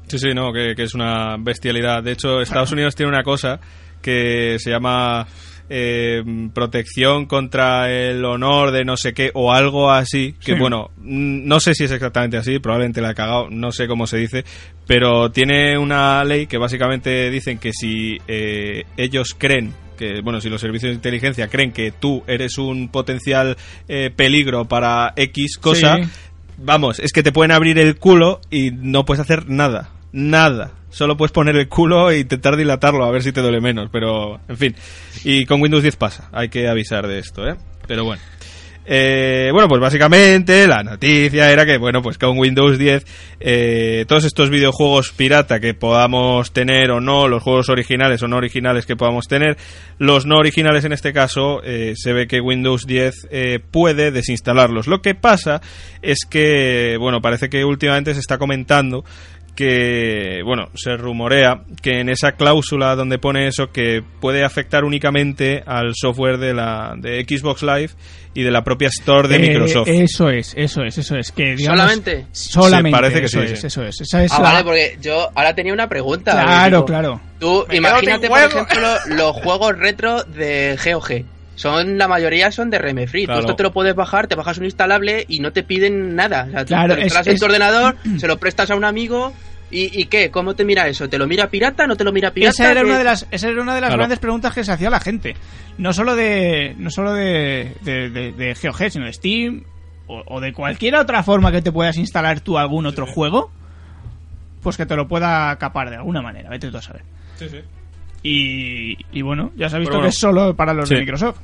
Speaker 3: Sí, sí, no, que, que es una bestialidad. De hecho, Estados Unidos tiene una cosa que se llama eh, protección contra el honor de no sé qué o algo así. Que
Speaker 1: Sí.
Speaker 3: bueno, mm, no sé si es exactamente así, probablemente la he cagado, no sé cómo se dice. Pero tiene una ley que básicamente dicen que si eh, ellos creen que bueno, si los servicios de inteligencia creen que tú eres un potencial eh, peligro para X cosa,
Speaker 1: Sí.
Speaker 3: Vamos, es que te pueden abrir el culo y no puedes hacer nada. Nada. Solo puedes poner el culo e intentar dilatarlo a ver si te duele menos. Pero, en fin. Y con Windows 10 pasa. Hay que avisar de esto, ¿eh? Pero bueno. Eh, bueno, pues básicamente la noticia era que, bueno, pues con Windows 10 eh, todos estos videojuegos pirata que podamos tener o no, los juegos originales o no originales que podamos tener, los no originales en este caso, eh, se ve que Windows 10 eh, puede desinstalarlos. Lo que pasa es que, bueno, parece que últimamente se está comentando que, bueno, se rumorea que en esa cláusula donde pone eso que puede afectar únicamente al software de la de Xbox Live y de la propia Store de
Speaker 1: Eh,
Speaker 3: Microsoft.
Speaker 1: Eso es, eso es, eso es. Que, digamos,
Speaker 4: ¿Solamente?
Speaker 1: Solamente.
Speaker 3: Sí, parece que
Speaker 1: eso
Speaker 3: sí,
Speaker 1: es,
Speaker 3: sí.
Speaker 1: eso es. Esa es
Speaker 4: Ah,
Speaker 1: la-
Speaker 4: vale, porque yo ahora tenía una pregunta.
Speaker 1: Claro,
Speaker 4: tipo,
Speaker 1: claro.
Speaker 4: Tú
Speaker 2: Me
Speaker 4: imagínate, por
Speaker 2: quedo sin huevo.
Speaker 4: ejemplo, los juegos retro de GOG. Son, la mayoría son de Reme Free.
Speaker 3: Claro.
Speaker 4: Tú esto te lo puedes bajar, te bajas un instalable y no te piden nada. O sea, tú
Speaker 1: Claro,
Speaker 4: te lo instalas
Speaker 1: es-
Speaker 4: en tu
Speaker 1: es-
Speaker 4: ordenador, se lo prestas a un amigo. ¿Y, y qué? ¿Cómo te mira eso? ¿Te lo mira pirata? ¿No te lo mira pirata?
Speaker 1: Esa era,
Speaker 4: ¿Qué-
Speaker 1: una de las, esa era una de las
Speaker 3: Claro.
Speaker 1: grandes preguntas que se hacía la gente. No solo de, no solo de, de, de- de GOG, sino de Steam o, o de cualquier otra forma que te puedas instalar tú algún otro juego, pues que te lo pueda capar de alguna manera. Vete tú a saber. Y, y bueno, ya se ha visto
Speaker 3: Pero bueno.
Speaker 1: que es solo para los
Speaker 3: Sí.
Speaker 1: de Microsoft.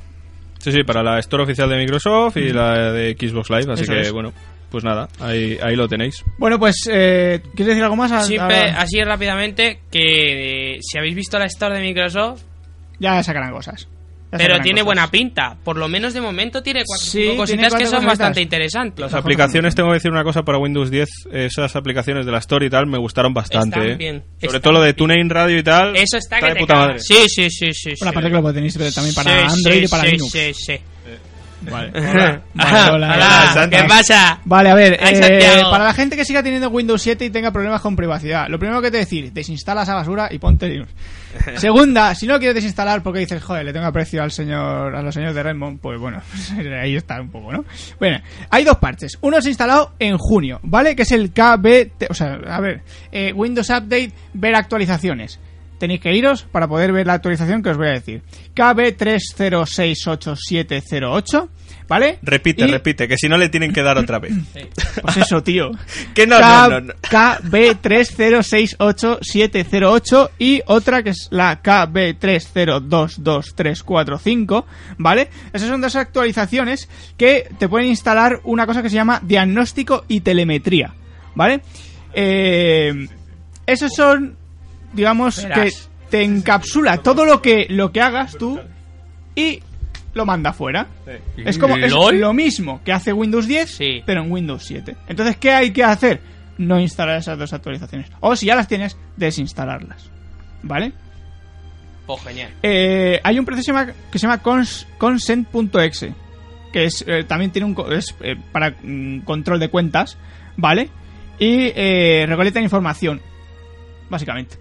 Speaker 3: Sí, sí, para la Store oficial de Microsoft
Speaker 2: Mm.
Speaker 3: y la de Xbox Live. Así
Speaker 1: Eso
Speaker 3: que,
Speaker 1: es.
Speaker 3: bueno, pues nada, ahí, ahí lo tenéis.
Speaker 1: Bueno, pues, eh, ¿quieres decir algo más? A-
Speaker 2: Siempre,
Speaker 1: a-
Speaker 2: así rápidamente, que eh, si habéis visto la Store de Microsoft,
Speaker 1: ya sacarán cosas. Ya
Speaker 2: pero
Speaker 1: sacarán
Speaker 2: tiene
Speaker 1: cosas.
Speaker 2: buena pinta. Por lo menos de momento tiene cuatro
Speaker 1: Sí,
Speaker 2: cinco
Speaker 1: tiene
Speaker 2: cositas que
Speaker 1: cuatro
Speaker 2: son
Speaker 1: cositas.
Speaker 2: bastante interesantes.
Speaker 3: Las
Speaker 1: Las
Speaker 3: aplicaciones,
Speaker 1: cosas
Speaker 3: tengo que decir una cosa para Windows 10, esas aplicaciones de la Store y tal me gustaron bastante.
Speaker 2: Están
Speaker 3: eh.
Speaker 2: bien,
Speaker 3: Sobre
Speaker 2: están
Speaker 3: todo lo de TuneIn Radio y tal.
Speaker 2: Eso está que
Speaker 3: de
Speaker 2: te
Speaker 3: puta
Speaker 2: cagas.
Speaker 3: madre.
Speaker 2: Sí, sí, sí, sí.
Speaker 1: Bueno,
Speaker 2: sí.
Speaker 1: aparte que lo podéis tener también para
Speaker 2: Sí,
Speaker 1: Android
Speaker 2: sí,
Speaker 1: y para
Speaker 2: sí,
Speaker 1: Linux.
Speaker 2: Sí, sí.
Speaker 1: Vale.
Speaker 2: Ajá.
Speaker 1: hola,
Speaker 2: Hola,
Speaker 1: hola,
Speaker 2: ¿qué
Speaker 1: Santi.
Speaker 2: pasa?
Speaker 1: Vale, a ver,
Speaker 2: Ay,
Speaker 1: eh,
Speaker 2: Santiago.
Speaker 1: para la gente que siga teniendo Windows 7 y tenga problemas con privacidad, lo primero que te decir, desinstala esa basura y ponte Linux. Segunda, si no quieres desinstalar porque dices, joder, le tengo aprecio al señor, a los señores de Redmond, pues bueno, ahí está un poco, ¿no? Bueno, hay dos parches. Uno se ha instalado en junio, ¿vale? Que es el KBT, o sea, a ver, eh, Windows Update, ver actualizaciones. Tenéis que iros para poder ver la actualización que os voy a decir. KB3068708, ¿vale?
Speaker 3: Repite,
Speaker 1: Y-
Speaker 3: repite, que si no le tienen que dar otra vez.
Speaker 1: Pues eso, tío.
Speaker 3: Que no,
Speaker 1: K-
Speaker 3: no, no, no.
Speaker 1: KB3068708 y otra que es la KB3022345, ¿vale? Esas son dos actualizaciones que te pueden instalar una cosa que se llama diagnóstico y telemetría, ¿vale? Eh, esos son, digamos,
Speaker 2: Verás.
Speaker 1: que te encapsula todo lo que, lo que hagas tú y lo manda fuera. Es como es
Speaker 2: ¿Lol?
Speaker 1: lo mismo que hace Windows 10,
Speaker 2: Sí.
Speaker 1: pero en Windows 7. Entonces, ¿qué hay que hacer? No instalar esas dos actualizaciones. O si ya las tienes, desinstalarlas. ¿Vale?
Speaker 2: Pues genial.
Speaker 1: Eh, hay un proceso que se llama- que se llama cons- consent.exe, que es, eh, también tiene un co- es, eh, para mm, control de cuentas, ¿vale? Y eh, recolectan información, básicamente.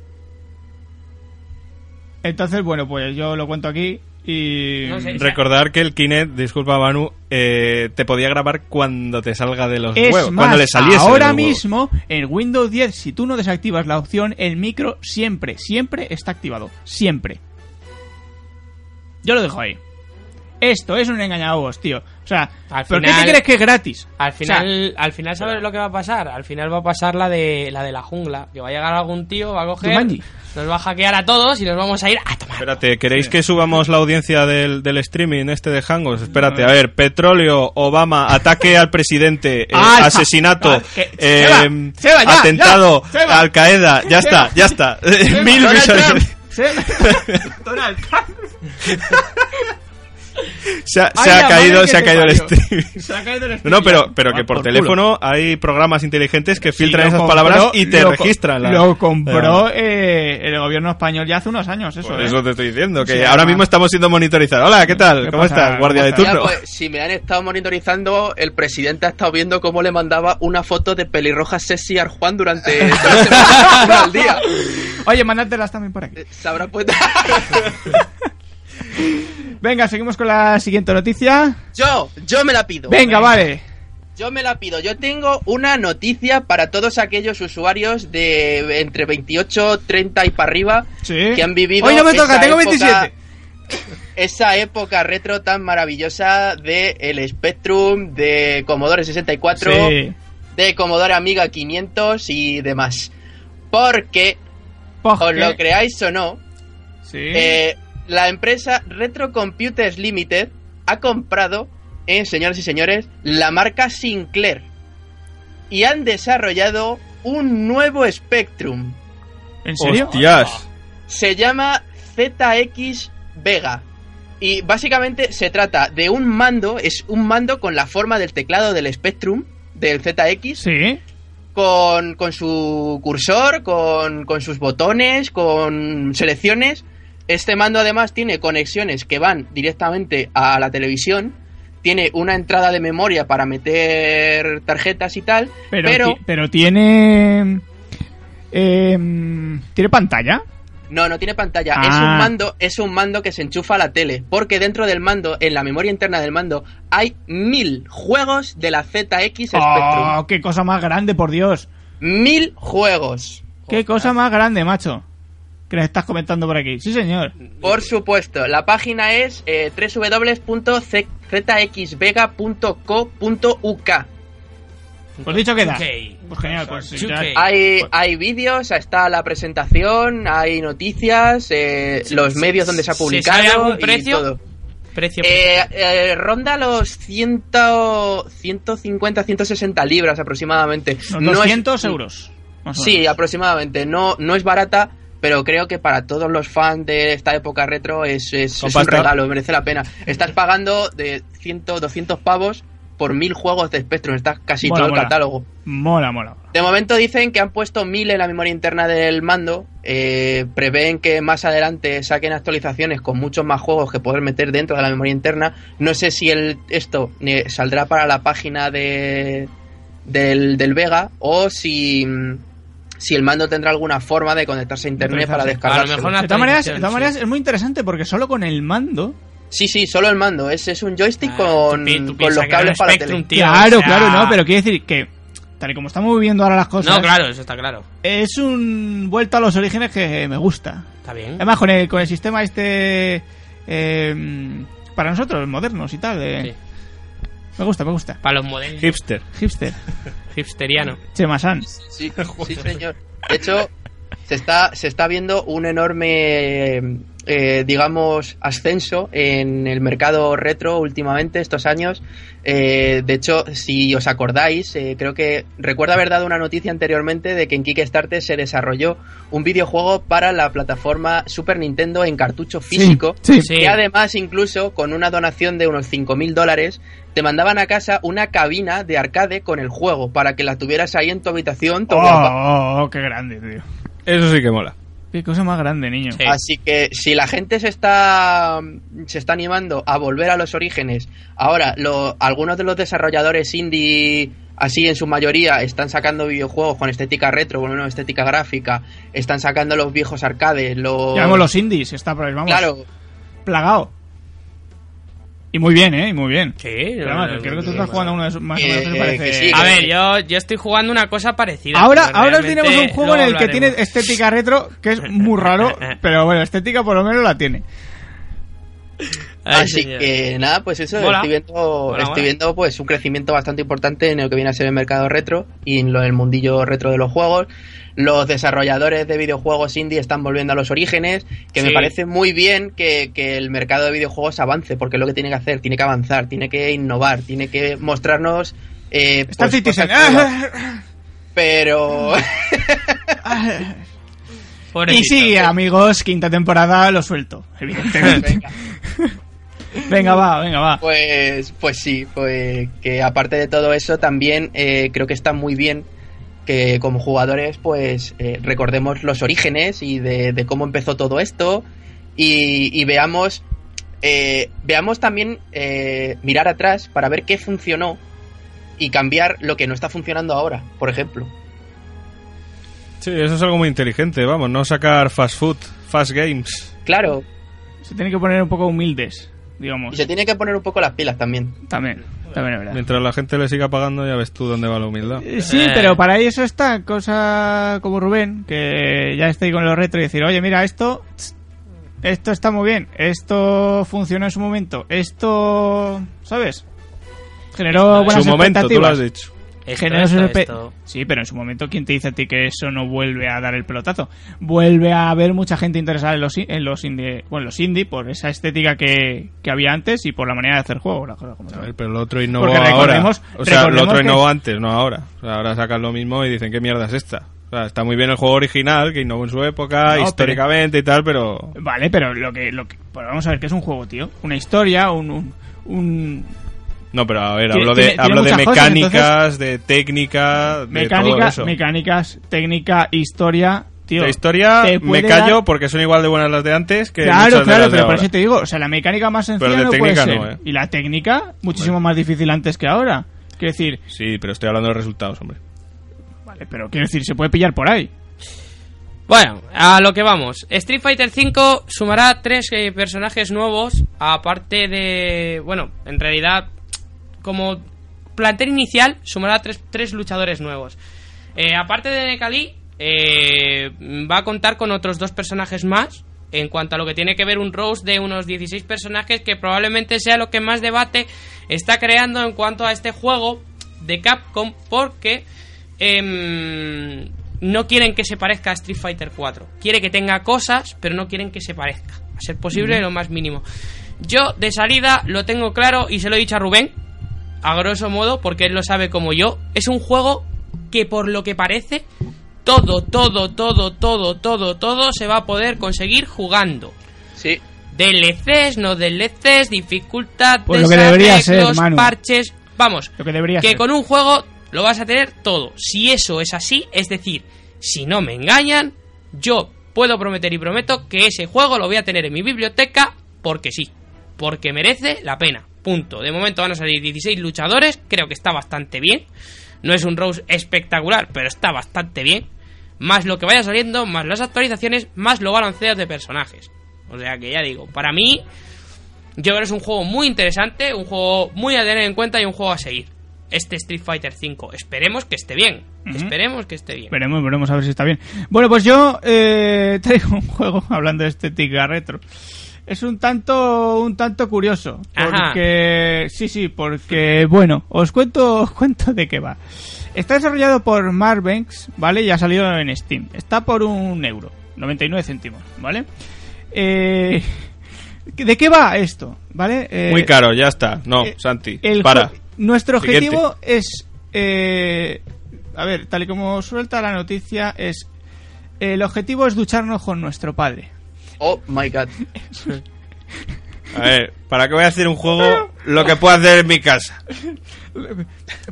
Speaker 1: Entonces, bueno, pues yo lo cuento aquí y...
Speaker 2: No sé.
Speaker 3: Recordar que el Kinect, disculpa Manu, eh, te podía grabar cuando te salga de los
Speaker 1: Es
Speaker 3: huevos,
Speaker 1: más,
Speaker 3: cuando le saliese. de
Speaker 1: ahora
Speaker 3: los huevos.
Speaker 1: mismo en Windows 10, si tú no desactivas la opción, el micro siempre, siempre está activado. Siempre. Yo lo dejo ahí. Esto es un engañabobos, tío. O sea,
Speaker 2: Al
Speaker 1: ¿por qué
Speaker 2: final-
Speaker 1: te crees que es gratis?
Speaker 2: Al
Speaker 1: O sea,
Speaker 2: final, al final sabes lo que va a pasar. Al final va a pasar la de la de la jungla, que va a llegar algún tío, va a coger,
Speaker 1: Jumanji.
Speaker 2: nos va a hackear a todos y nos vamos a ir a tomar.
Speaker 3: Espérate, ¿queréis que subamos la audiencia del, del streaming este de Hangos? Espérate, a ver, petróleo, Obama, ataque al presidente, eh,
Speaker 1: Ah, ya.
Speaker 3: asesinato,
Speaker 1: Ah, que-
Speaker 3: eh,
Speaker 1: Seba, Seba, ya,
Speaker 3: atentado,
Speaker 1: ya, Seba.
Speaker 3: Al Qaeda, ya
Speaker 1: Seba.
Speaker 3: está, ya está.
Speaker 1: Seba,
Speaker 3: Mil
Speaker 1: Donald
Speaker 3: millones.
Speaker 1: Trump, Seba- Donald Trump.
Speaker 3: Se ha,
Speaker 1: Ay,
Speaker 3: se ha
Speaker 1: la madre
Speaker 3: caído,
Speaker 1: que
Speaker 3: se ha
Speaker 1: te
Speaker 3: caído el
Speaker 1: parió.
Speaker 3: streaming.
Speaker 1: Se ha caído el
Speaker 3: No,
Speaker 1: streaming.
Speaker 3: no, pero, pero que
Speaker 1: Ah,
Speaker 3: por,
Speaker 1: culo.
Speaker 3: teléfono hay programas inteligentes que
Speaker 1: Sí,
Speaker 3: filtran
Speaker 1: lo
Speaker 3: esas
Speaker 1: compró-
Speaker 3: palabras y te
Speaker 1: lo co-
Speaker 3: registran. la- Ah.
Speaker 1: Lo compró eh, el gobierno español ya hace unos años, eso.
Speaker 3: Por
Speaker 1: eh.
Speaker 3: eso te estoy diciendo, que
Speaker 1: Sí,
Speaker 3: ahora
Speaker 1: además.
Speaker 3: mismo estamos siendo monitorizados. Hola, ¿qué tal?
Speaker 1: ¿Qué
Speaker 3: ¿Cómo
Speaker 1: pasa?
Speaker 3: estás? Guardia de
Speaker 1: ¿Cómo
Speaker 4: Ya,
Speaker 3: turno.
Speaker 4: pues, si me han estado monitorizando, el presidente ha estado viendo cómo le mandaba una foto de pelirroja sexy a Juan durante tres semanas, una al día.
Speaker 1: Oye, mándatelas también por aquí.
Speaker 4: Eh, Se habrá puesto.
Speaker 1: Venga, seguimos con la siguiente noticia.
Speaker 4: yo, yo me la pido.
Speaker 1: Venga, vale.
Speaker 4: Yo me la pido. Yo tengo una noticia para todos aquellos usuarios de entre 28, 30 y para arriba
Speaker 1: Sí.
Speaker 4: que han vivido.
Speaker 1: Hoy no me
Speaker 4: esa
Speaker 1: toca, tengo
Speaker 4: época-
Speaker 1: 27.
Speaker 4: Esa época retro tan maravillosa de el Spectrum, de Commodore 64.
Speaker 1: Sí.
Speaker 4: de Commodore Amiga 500 y demás. Porque,
Speaker 1: Porque-
Speaker 4: os lo creáis o no,
Speaker 1: Sí.
Speaker 4: eh, la empresa Retro Computers Limited ha comprado, eh, señores y señores, la marca Sinclair. Y han desarrollado un nuevo Spectrum.
Speaker 1: ¿En serio?
Speaker 3: Hostias.
Speaker 4: Se llama ZX Vega. Y básicamente se trata de un mando, es un mando con la forma del teclado del Spectrum, del ZX,
Speaker 1: Sí.
Speaker 4: con, con su cursor, con, con sus botones, con selecciones. Este mando además tiene conexiones que van directamente a la televisión. Tiene una entrada de memoria para meter tarjetas y tal.
Speaker 1: Pero,
Speaker 4: Pero,
Speaker 1: ti- pero tiene. em, ¿Tiene pantalla?
Speaker 4: no, no tiene pantalla.
Speaker 1: Ah.
Speaker 4: Es un mando, es un mando que se enchufa a la tele. Porque dentro del mando, en la memoria interna del mando, hay mil juegos de la ZX Spectrum.
Speaker 1: ¡Oh, qué cosa más grande, por Dios!
Speaker 4: Mil juegos.
Speaker 1: ¡Qué cosa más grande, macho! Que nos estás comentando por aquí. Sí, señor.
Speaker 4: Por supuesto, la página es eh, www.zxvega.co.uk.
Speaker 1: Pues dicho queda.
Speaker 2: Ok.
Speaker 1: Pues genial, pues sí,
Speaker 2: Ok.
Speaker 1: ya-
Speaker 4: Hay, hay vídeos, está la presentación, hay noticias, eh, los medios donde se ha
Speaker 2: ¿Se sabe
Speaker 4: publicado.
Speaker 2: algún
Speaker 4: y
Speaker 2: precio?
Speaker 4: todo.
Speaker 2: Precio.
Speaker 1: pues-
Speaker 4: Eh, eh, ronda los 100, 150, 160 libras aproximadamente.
Speaker 1: Son
Speaker 4: No es-
Speaker 1: 200 euros. más o
Speaker 4: Sí,
Speaker 1: menos.
Speaker 4: aproximadamente. No, no es barata, pero creo que para todos los fans de esta época retro es, es,
Speaker 3: Con
Speaker 4: es un
Speaker 3: pasta.
Speaker 4: regalo, merece la pena. Estás pagando de 100, 200 pavos por mil juegos de Spectrum, está casi
Speaker 1: Mola,
Speaker 4: todo el
Speaker 1: mola.
Speaker 4: catálogo.
Speaker 1: Mola, mola.
Speaker 4: De momento dicen que han puesto mil en la memoria interna del mando. eh, prevén que más adelante saquen actualizaciones con muchos más juegos que poder meter dentro de la memoria interna. No sé si el, esto eh, saldrá para la página de, del, del Vega o si, mm, si el mando tendrá alguna forma de conectarse a internet para
Speaker 1: Actualizarse.
Speaker 4: descargarlo.
Speaker 2: A lo mejor no-
Speaker 1: De todas maneras, de todas
Speaker 2: actualización,
Speaker 1: maneras
Speaker 2: sí.
Speaker 1: es muy interesante porque solo con el mando
Speaker 4: Sí, sí, solo el mando. Es, es un joystick
Speaker 2: Ah,
Speaker 4: con,
Speaker 2: tú pi- tú
Speaker 4: con
Speaker 2: piensas
Speaker 4: los
Speaker 2: que era un
Speaker 4: cables para la
Speaker 2: Spectrum,
Speaker 4: tele.
Speaker 2: tío,
Speaker 1: claro,
Speaker 2: o sea-
Speaker 1: claro, no, pero quiero decir que, tal y como estamos viviendo ahora las cosas,
Speaker 2: No, claro, eso está claro.
Speaker 1: es un vuelta a los orígenes que me gusta.
Speaker 2: Está
Speaker 4: Mm.
Speaker 2: bien.
Speaker 1: Además, con el, con el sistema este, eh, para nosotros, modernos y tal, eh,
Speaker 2: Sí.
Speaker 1: me gusta, me gusta.
Speaker 2: Para los modelos
Speaker 3: Hipster.
Speaker 1: Hipster,
Speaker 2: hipsteriano.
Speaker 1: Chema San.
Speaker 4: Sí, sí, señor. De hecho, se está, se está viendo un enorme eh, digamos, ascenso en el mercado retro últimamente, estos años. Eh, de hecho, si os acordáis, eh, creo que recuerdo haber dado una noticia anteriormente de que en Kickstarter se desarrolló un videojuego para la plataforma Super Nintendo en cartucho físico.
Speaker 1: Sí,
Speaker 2: sí.
Speaker 4: Y además, incluso con una donación de unos 5.000 dólares, te mandaban a casa una cabina de arcade con el juego para que la tuvieras ahí en tu
Speaker 1: Oh,
Speaker 4: habitación. todo guapa.
Speaker 2: Ah.
Speaker 1: oh, oh, qué grande, tío.
Speaker 3: Eso sí que mola.
Speaker 1: Qué cosa más grande, niño.
Speaker 2: Sí.
Speaker 4: Así que si la gente se está se está animando a volver a los orígenes, ahora lo- algunos de los desarrolladores indie así en su mayoría están sacando videojuegos con estética retro, con una estética gráfica, están sacando los viejos arcades, los
Speaker 1: Llamamos los indies, está por ahí, vamos.
Speaker 4: Claro,
Speaker 1: Plagado. Y muy bien, ¿eh? Y muy bien.
Speaker 2: Sí,
Speaker 1: Pero
Speaker 2: no,
Speaker 1: vamos,
Speaker 2: no,
Speaker 1: creo
Speaker 2: no,
Speaker 1: que tú
Speaker 2: no,
Speaker 1: estás
Speaker 2: no.
Speaker 1: jugando uno de esos más o
Speaker 4: Eh,
Speaker 1: menos, me parece... Ah,
Speaker 4: que sí,
Speaker 2: A ver, yo, yo estoy jugando una cosa parecida.
Speaker 1: Ahora,
Speaker 2: pero
Speaker 1: ahora
Speaker 2: realmente
Speaker 1: tenemos un juego en el que
Speaker 2: luego
Speaker 1: tiene
Speaker 2: hablaremos.
Speaker 1: estética retro, que es muy raro, pero bueno, estética por lo menos la tiene.
Speaker 2: Ay,
Speaker 4: así
Speaker 2: señor.
Speaker 4: que nada, pues eso
Speaker 2: Mola.
Speaker 4: estoy viendo
Speaker 2: Mola,
Speaker 4: estoy
Speaker 2: mola.
Speaker 4: viendo pues un crecimiento bastante importante en lo que viene a ser el mercado retro y en lo del mundillo retro de los juegos. Los desarrolladores de videojuegos indie están volviendo a los orígenes, que me
Speaker 2: Sí.
Speaker 4: parece muy bien que, que el mercado de videojuegos avance, porque es lo que tiene que hacer, tiene que avanzar, tiene que innovar, tiene que mostrarnos eh,
Speaker 1: Star
Speaker 4: pues,
Speaker 1: Citizen. ah.
Speaker 4: cosas nuevas. pero
Speaker 1: y
Speaker 2: Pobrecito.
Speaker 1: sigue, amigos, quinta temporada, lo suelto, evidentemente.
Speaker 4: venga.
Speaker 1: venga, va, venga, va.
Speaker 4: Pues, pues sí, pues que aparte de todo eso también eh, creo que está muy bien que como jugadores pues eh, recordemos los orígenes y de, de cómo empezó todo esto y, y veamos eh, veamos también eh, mirar atrás para ver qué funcionó y cambiar lo que no está funcionando ahora, por ejemplo.
Speaker 3: Sí, eso es algo muy inteligente, vamos, no sacar fast food, fast games.
Speaker 4: Claro,
Speaker 1: Se tienen que poner un poco humildes, digamos.
Speaker 4: y se tiene que poner un poco las pilas también.
Speaker 1: También, también es verdad.
Speaker 3: Mientras la gente le siga pagando, ya ves tú dónde va la humildad.
Speaker 1: Eh, Sí,
Speaker 2: Eh.
Speaker 1: pero para eso está cosa como Rubén, que ya estoy con los retro y decir, oye, mira, esto, tss, esto está muy bien, esto funcionó en su momento, esto, ¿sabes? Generó
Speaker 3: En
Speaker 1: buenas
Speaker 3: su momento, tú lo
Speaker 1: expectativas.
Speaker 3: has dicho.
Speaker 2: Esto,
Speaker 1: Generó
Speaker 2: esto,
Speaker 1: sus espe-
Speaker 2: esto.
Speaker 1: Sí, pero en su momento, ¿quién te dice a ti que eso no vuelve a dar el pelotazo? Vuelve a haber mucha gente interesada en los, i- en los indie, bueno, en los indie por esa estética que, que había antes y por la manera de hacer juego. la cosa como
Speaker 3: A
Speaker 1: tal.
Speaker 3: ver, pero el otro innovó
Speaker 1: Porque
Speaker 3: ahora.
Speaker 1: recordemos-
Speaker 3: O sea, el
Speaker 1: recordemos
Speaker 3: otro
Speaker 1: que-
Speaker 3: innovó antes, no ahora. O sea, ahora sacan lo mismo y dicen, ¿qué mierda es esta? O sea, está muy bien el juego original, que innovó en su época,
Speaker 1: No,
Speaker 3: históricamente y tal, pero...
Speaker 1: Vale, pero lo que, lo que pero vamos a ver qué es un juego, tío. Una historia, un, un, un-
Speaker 3: No, pero a ver,
Speaker 1: Tiene-
Speaker 3: hablo de,
Speaker 1: tiene- tiene
Speaker 3: hablo de
Speaker 1: muchas cosas,
Speaker 3: mecánicas, de técnica, de todo
Speaker 1: mecánica,
Speaker 3: eso.
Speaker 1: mecánicas, técnica, historia, tío.
Speaker 3: la historia
Speaker 1: te
Speaker 3: me
Speaker 1: puede
Speaker 3: callo
Speaker 1: dar-
Speaker 3: porque son igual de buenas las de antes que
Speaker 1: Claro,
Speaker 3: muchas de
Speaker 1: claro,
Speaker 3: las de
Speaker 1: pero por
Speaker 3: ahora.
Speaker 1: eso te digo, o sea, la mecánica más sencilla
Speaker 3: Pero de
Speaker 1: no
Speaker 3: técnica
Speaker 1: puede ser.
Speaker 3: no, ¿eh?
Speaker 1: Y la técnica muchísimo más difícil antes que ahora. Quiero decir,
Speaker 3: Sí, pero estoy hablando de los resultados, hombre.
Speaker 1: vale, pero quiero decir, se puede pillar por ahí.
Speaker 2: Bueno, a lo que vamos. Street Fighter V sumará tres eh, personajes nuevos, aparte de... Bueno, en realidad, como plantel inicial, sumará tres, tres luchadores nuevos. Eh, aparte de Nekali, eh, va a contar con otros dos personajes más. En cuanto a lo que tiene que ver un roast de unos 16 personajes, que probablemente sea lo que más debate está creando en cuanto a este juego de Capcom, porque em, no quieren que se parezca a Street Fighter 4. Quiere que tenga cosas, pero no quieren que se parezca. A ser posible, lo más mínimo. Yo, de salida, lo tengo claro y se lo he dicho a Rubén, a grosso modo, porque él lo sabe como yo, es un juego que por lo que parece, todo, todo, todo, todo, todo, todo se va a poder conseguir jugando.
Speaker 4: Sí,
Speaker 2: DLCs, no DLCs, dificultad,
Speaker 1: Pues lo que debería ser,
Speaker 2: desarreglos,
Speaker 1: Manu.
Speaker 2: parches, vamos,
Speaker 1: Lo que debería
Speaker 2: que
Speaker 1: ser.
Speaker 2: con un juego lo vas a tener todo. Si eso es así, es decir, si no me engañan, yo puedo prometer y prometo que ese juego lo voy a tener en mi biblioteca porque sí, porque merece la pena. Punto. De momento van a salir 16 luchadores, creo que está bastante bien. No es un Rose espectacular, pero está bastante bien. Más lo que vaya saliendo, más las actualizaciones, más lo balanceas de personajes. O sea que ya digo, para mí, yo creo que es un juego muy interesante, un juego muy a tener en cuenta y un juego a seguir. Este Street Fighter V. Esperemos que esté bien.
Speaker 1: Ujú.
Speaker 2: Esperemos que esté bien.
Speaker 1: Veremos, veremos a ver si está bien. Bueno, pues yo eh, traigo un juego hablando de estética retro. Es un tanto, un tanto curioso.
Speaker 2: Ajá.
Speaker 1: Porque. Sí, sí, porque. Bueno, os cuento, os cuento de qué va. Está desarrollado por Marbanks, ¿vale? Y ha salido en Steam. Está por un euro, 99 céntimos, ¿vale? Eh, ¿De qué va esto? ¿Vale? Eh,
Speaker 3: Muy caro, ya está. No,
Speaker 1: eh,
Speaker 3: Santi,
Speaker 1: el
Speaker 3: para.
Speaker 1: ju- Nuestro
Speaker 3: Siguiente.
Speaker 1: objetivo es. eh, a ver, tal y como suelta la noticia, es. El objetivo es ducharnos con nuestro padre.
Speaker 4: Oh my god.
Speaker 3: A ver, ¿para qué voy a hacer un juego lo que puedo hacer en mi casa?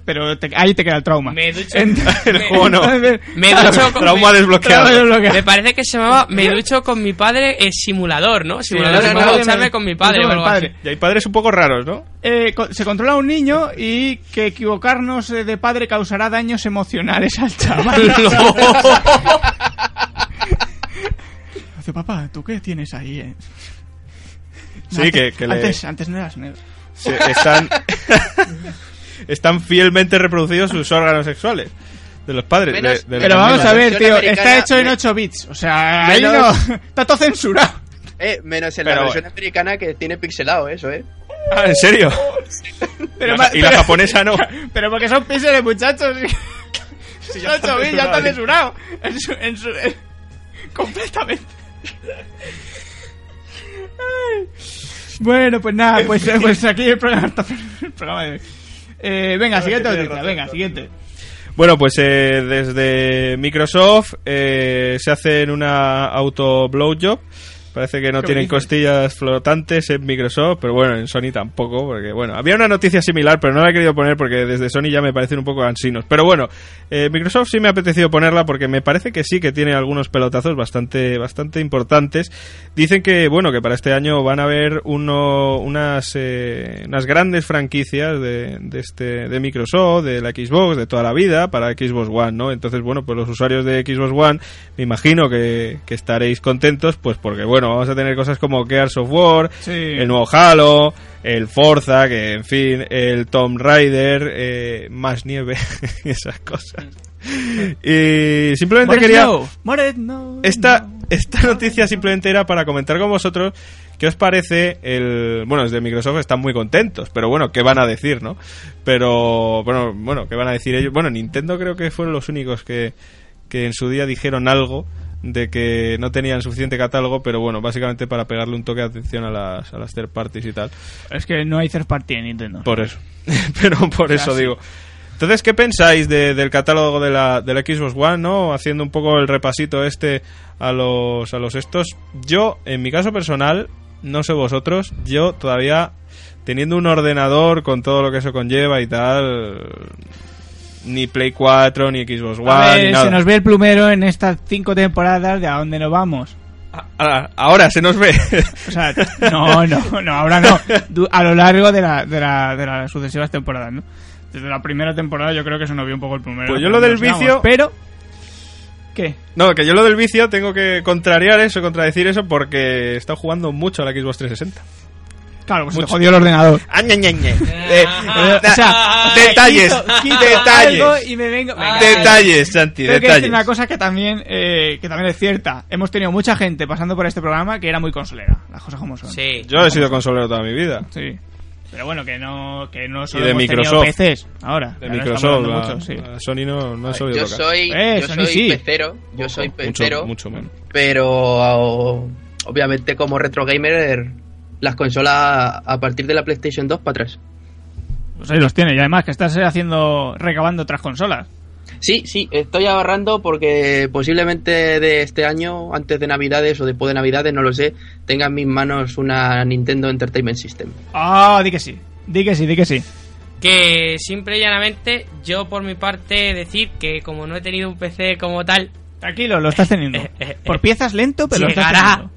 Speaker 1: Pero te- ahí te queda el trauma.
Speaker 2: Me ducho-
Speaker 1: Entonces-
Speaker 2: El
Speaker 3: juego no.
Speaker 1: entonces-
Speaker 2: Me
Speaker 1: Claro,
Speaker 2: ducho con
Speaker 3: Trauma
Speaker 2: mi-
Speaker 3: desbloqueado.
Speaker 1: trauma desbloqueado.
Speaker 2: Me parece que se llamaba Me ducho con mi padre eh, simulador, ¿no? Simulador
Speaker 4: no,
Speaker 2: de
Speaker 4: no,
Speaker 2: cómo
Speaker 4: no,
Speaker 2: ducharme
Speaker 1: me-
Speaker 2: con mi
Speaker 1: me
Speaker 2: padre.
Speaker 1: ducho
Speaker 2: o
Speaker 1: con
Speaker 2: algo
Speaker 1: el
Speaker 2: así.
Speaker 1: padre.
Speaker 3: Y hay padres un poco raros, ¿no?
Speaker 1: Eh, co- se controla a un niño y que equivocarnos eh, de padre causará daños emocionales al chaval. Dice, papá, ¿tú qué tienes ahí? eh?"
Speaker 3: Sí,
Speaker 1: Antes-
Speaker 3: que- que le-
Speaker 1: antes, antes no eras negro.
Speaker 3: Se- están, están fielmente reproducidos sus órganos sexuales. De los padres.
Speaker 4: Menos-
Speaker 3: de- de
Speaker 1: Pero
Speaker 3: la
Speaker 1: vamos
Speaker 3: familia.
Speaker 1: a ver,
Speaker 4: versión
Speaker 1: tío,
Speaker 4: americana
Speaker 1: está hecho en
Speaker 4: me-
Speaker 1: 8 bits. O sea, ahí no.
Speaker 4: Menos-
Speaker 1: Está todo censurado.
Speaker 4: Eh, menos en la
Speaker 3: Pero
Speaker 4: versión
Speaker 3: bueno.
Speaker 4: americana que tiene pixelado eso, eh.
Speaker 3: Ah, ¿en serio?
Speaker 1: Pero
Speaker 3: Y
Speaker 1: ma-
Speaker 3: la- y la
Speaker 1: pero-
Speaker 3: japonesa no.
Speaker 1: Pero porque son píxeles, muchachos. Son 8 bits, ya está censurado. En su- en su- en- Completamente. Ay. Bueno, pues nada, pues, pues aquí el programa, el programa de hoy. Eh, venga, siguiente noticia, venga, siguiente.
Speaker 3: Bueno, pues eh, desde Microsoft eh, se hacen una auto blowjob. Parece que no
Speaker 1: ¿Qué
Speaker 3: tienen
Speaker 1: dices?
Speaker 3: costillas flotantes en Microsoft, pero bueno, en Sony tampoco, porque bueno, había una noticia similar, pero no la he querido poner porque desde Sony ya me parecen un poco ansinos. Pero bueno, eh, Microsoft sí me ha apetecido ponerla porque me parece que sí que tiene algunos pelotazos bastante, bastante importantes. Dicen que bueno, que para este año van a haber uno, unas, eh, unas grandes franquicias de, de este, de Microsoft, de la Xbox, de toda la vida, para Xbox One, ¿no? Entonces, bueno, pues los usuarios de Xbox One, me imagino que, que estaréis contentos, pues porque bueno, vamos a tener cosas como Gears of War,
Speaker 1: Sí.
Speaker 3: el nuevo Halo, el Forza, que en fin, el Tomb Raider, eh, más nieve y esas cosas. Y simplemente
Speaker 1: Moret
Speaker 3: quería...
Speaker 1: no, Moret no,
Speaker 3: Esta,
Speaker 1: no.
Speaker 3: esta noticia simplemente era para comentar con vosotros qué os parece el... Bueno, desde Microsoft están muy contentos, pero bueno, ¿qué van a decir, no? Pero, bueno, bueno ¿qué van a decir ellos? Bueno, Nintendo creo que fueron los únicos que, que en su día dijeron algo de que no tenían suficiente catálogo, pero bueno, básicamente para pegarle un toque de atención a las, a las third parties y tal.
Speaker 1: Es que no hay third party en Nintendo.
Speaker 3: Por eso. Pero por eso
Speaker 1: sí.
Speaker 3: digo. Entonces, ¿qué pensáis de- del catálogo de la, de la Xbox One, no? Haciendo un poco el repasito este a los, a los estos. Yo, en mi caso personal, no sé vosotros, yo todavía teniendo un ordenador con todo lo que eso conlleva y tal... Ni Play 4, ni Xbox One,
Speaker 1: A
Speaker 3: ni
Speaker 1: ver,
Speaker 3: nada.
Speaker 1: se nos ve el plumero en estas cinco temporadas de a dónde nos vamos.
Speaker 3: Ah, Ahora se nos ve.
Speaker 1: O sea, no, no, no, ahora no. Du- A lo largo de, la, de, la, de las sucesivas temporadas, ¿no? Desde la primera temporada yo creo que se nos vio un poco el plumero.
Speaker 3: Pues yo lo del
Speaker 1: Nos quedamos,
Speaker 3: vicio-
Speaker 1: Pero... ¿Qué?
Speaker 3: no, que yo lo del vicio tengo que contrariar eso, contradecir eso, porque he estado jugando mucho a la Xbox 360.
Speaker 1: Claro, pues se te
Speaker 3: Mucho.
Speaker 1: jodió el ordenador.
Speaker 3: Ah, Eh,
Speaker 2: Ah,
Speaker 1: o sea,
Speaker 2: ah,
Speaker 3: detalles,
Speaker 1: Quito- quito
Speaker 3: ah, detalles. Ah,
Speaker 1: algo y me vengo... Venga,
Speaker 3: Detalles, Santi,
Speaker 1: Tengo que decir
Speaker 3: detalles.
Speaker 1: una cosa que también, eh, que también es cierta. Hemos tenido mucha gente pasando por este programa que era muy consolera. Las cosas como son.
Speaker 2: Sí.
Speaker 3: Yo he sido consolero toda mi vida.
Speaker 1: Sí. Pero bueno, que no, que no solo
Speaker 3: de
Speaker 1: hemos tenido
Speaker 3: Microsoft.
Speaker 1: PCs ahora.
Speaker 3: De
Speaker 1: Ahora
Speaker 3: Microsoft,
Speaker 1: estamos hablando
Speaker 3: a-
Speaker 1: mucho, sí.
Speaker 3: a Sony no, no ha solido
Speaker 4: Yo
Speaker 3: tocar.
Speaker 4: soy,
Speaker 1: Eh,
Speaker 4: yo
Speaker 1: Sony
Speaker 4: soy
Speaker 1: sí.
Speaker 4: pecero, yo soy
Speaker 3: mucho,
Speaker 4: pecero,
Speaker 3: mucho menos.
Speaker 4: pero oh, obviamente como retro gamer las consolas a partir de la PlayStation 2 para atrás.
Speaker 1: Pues ahí los tiene. Y además que estás eh, haciendo, recabando otras consolas.
Speaker 4: Sí, sí, estoy ahorrando porque posiblemente de este año, antes de Navidades o después de Navidades, no lo sé, tenga en mis manos una Nintendo Entertainment System.
Speaker 1: Ah, di que sí. Di que sí, di que sí.
Speaker 2: Que simple y llanamente, yo por mi parte decir que como no he tenido un PC como tal,
Speaker 1: Tranquilo, lo estás teniendo. Por piezas lento, pero lo estás
Speaker 2: llegará
Speaker 1: teniendo.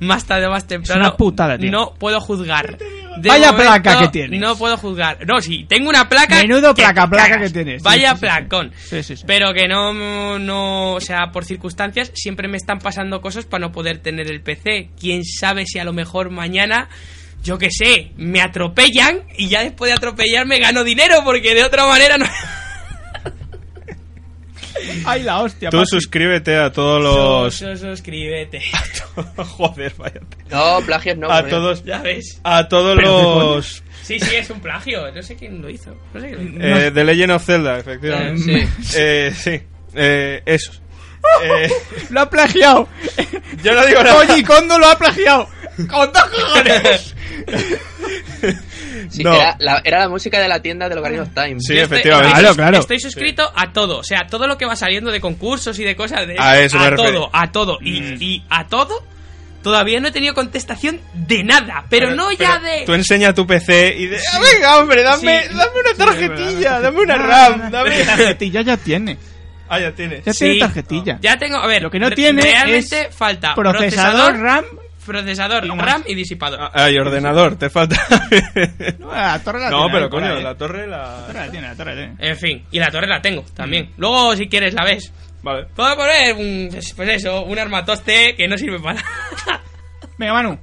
Speaker 2: más tarde o más temprano.
Speaker 1: una putada, tío.
Speaker 2: No puedo juzgar. De
Speaker 1: Vaya placa que tienes.
Speaker 2: No puedo juzgar. No, sí, tengo una placa.
Speaker 1: Menudo
Speaker 2: que
Speaker 1: placa,
Speaker 2: te
Speaker 1: placa
Speaker 2: cagas.
Speaker 1: que tienes. Sí, sí,
Speaker 2: Vaya
Speaker 1: sí, sí.
Speaker 2: placón.
Speaker 1: Sí, sí, sí.
Speaker 2: Pero que no, no, o sea, por circunstancias siempre me están pasando cosas para no poder tener el PC. Quién sabe si a lo mejor mañana, yo qué sé, me atropellan y ya después de atropellarme gano dinero porque de otra manera no.
Speaker 1: Ay, la hostia.
Speaker 3: Tú
Speaker 1: Pasi.
Speaker 3: suscríbete a todos
Speaker 2: Su- su- suscríbete.
Speaker 3: los... Joder, vaya.
Speaker 4: No, plagios no.
Speaker 3: A
Speaker 4: por
Speaker 3: todos...
Speaker 2: Ya ves.
Speaker 3: A todos
Speaker 1: Pero, ¿de
Speaker 3: los... eh,
Speaker 2: Sí, sí, es un plagio. No sé quién lo hizo. No sé quién lo hizo.
Speaker 3: Eh, The Legend of Zelda, efectivamente.
Speaker 2: Eh,
Speaker 3: Eh, sí. Eh, esos. Eh,
Speaker 1: Lo ha plagiado.
Speaker 3: yo no digo nada.
Speaker 1: Koji Kondo lo ha plagiado. Con dos cojones.
Speaker 4: Sí,
Speaker 3: No.
Speaker 4: era, la, era la música de la tienda del Ocarina of Time.
Speaker 3: Sí,
Speaker 2: Yo estoy-
Speaker 3: efectivamente.
Speaker 2: estoy-
Speaker 1: Claro, claro.
Speaker 2: Estoy suscrito a todo, o sea, todo lo que va saliendo de concursos y de cosas de
Speaker 3: A eso me Mm. refiero.
Speaker 2: todo, a todo y, y a todo. Todavía no he tenido contestación de nada, pero, no ya de
Speaker 3: Tú enseña tu PC y de. "Ah, venga, hombre, dame,
Speaker 2: Sí.
Speaker 3: dame una tarjetilla, dame una
Speaker 1: Ah,
Speaker 3: RAM, dame.
Speaker 1: Tarjetilla ya tiene.
Speaker 3: Ah, ya tienes.
Speaker 1: Ya
Speaker 2: Sí.
Speaker 1: tiene tarjetilla.
Speaker 2: Ya tengo, a ver,
Speaker 1: Lo que no
Speaker 2: re-
Speaker 1: tiene
Speaker 2: realmente
Speaker 1: es
Speaker 2: falta
Speaker 1: Procesador,
Speaker 2: procesador,
Speaker 1: RAM.
Speaker 2: procesador,
Speaker 1: y más.
Speaker 2: RAM y disipador.
Speaker 3: Ah, Ay, ordenador, te falta.
Speaker 1: Ah, No, la torre la
Speaker 3: no,
Speaker 1: tiene,
Speaker 3: pero
Speaker 1: la torre
Speaker 3: coño,
Speaker 1: la-
Speaker 3: la torre
Speaker 1: la torre
Speaker 3: la.
Speaker 1: la tiene, la torre la tiene.
Speaker 2: En fin, y la torre la tengo
Speaker 1: Mm.
Speaker 2: también. Luego si quieres la ves.
Speaker 3: Vale.
Speaker 2: Puedo poner un pues eso, un armatoste que no sirve para nada.
Speaker 1: Venga, Manu.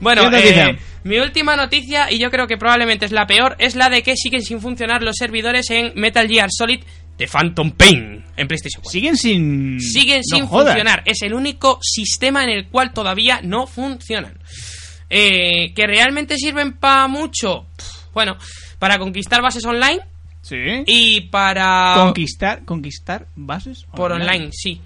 Speaker 2: Bueno,
Speaker 1: ¿Qué
Speaker 2: eh,
Speaker 1: noticia?
Speaker 2: mi última noticia, y yo creo que probablemente es la peor, es la de que siguen sin funcionar los servidores en Metal Gear Solid de Phantom Pain en PlayStation 4.
Speaker 1: Siguen sin.
Speaker 2: Siguen
Speaker 1: no
Speaker 2: sin
Speaker 1: jodas.
Speaker 2: funcionar. Es el único sistema en el cual todavía no funcionan. Eh, que realmente sirven para mucho. Pff, Bueno, para conquistar bases online
Speaker 1: Sí.
Speaker 2: y para...
Speaker 1: Conquistar, conquistar bases.
Speaker 2: Por online, sí.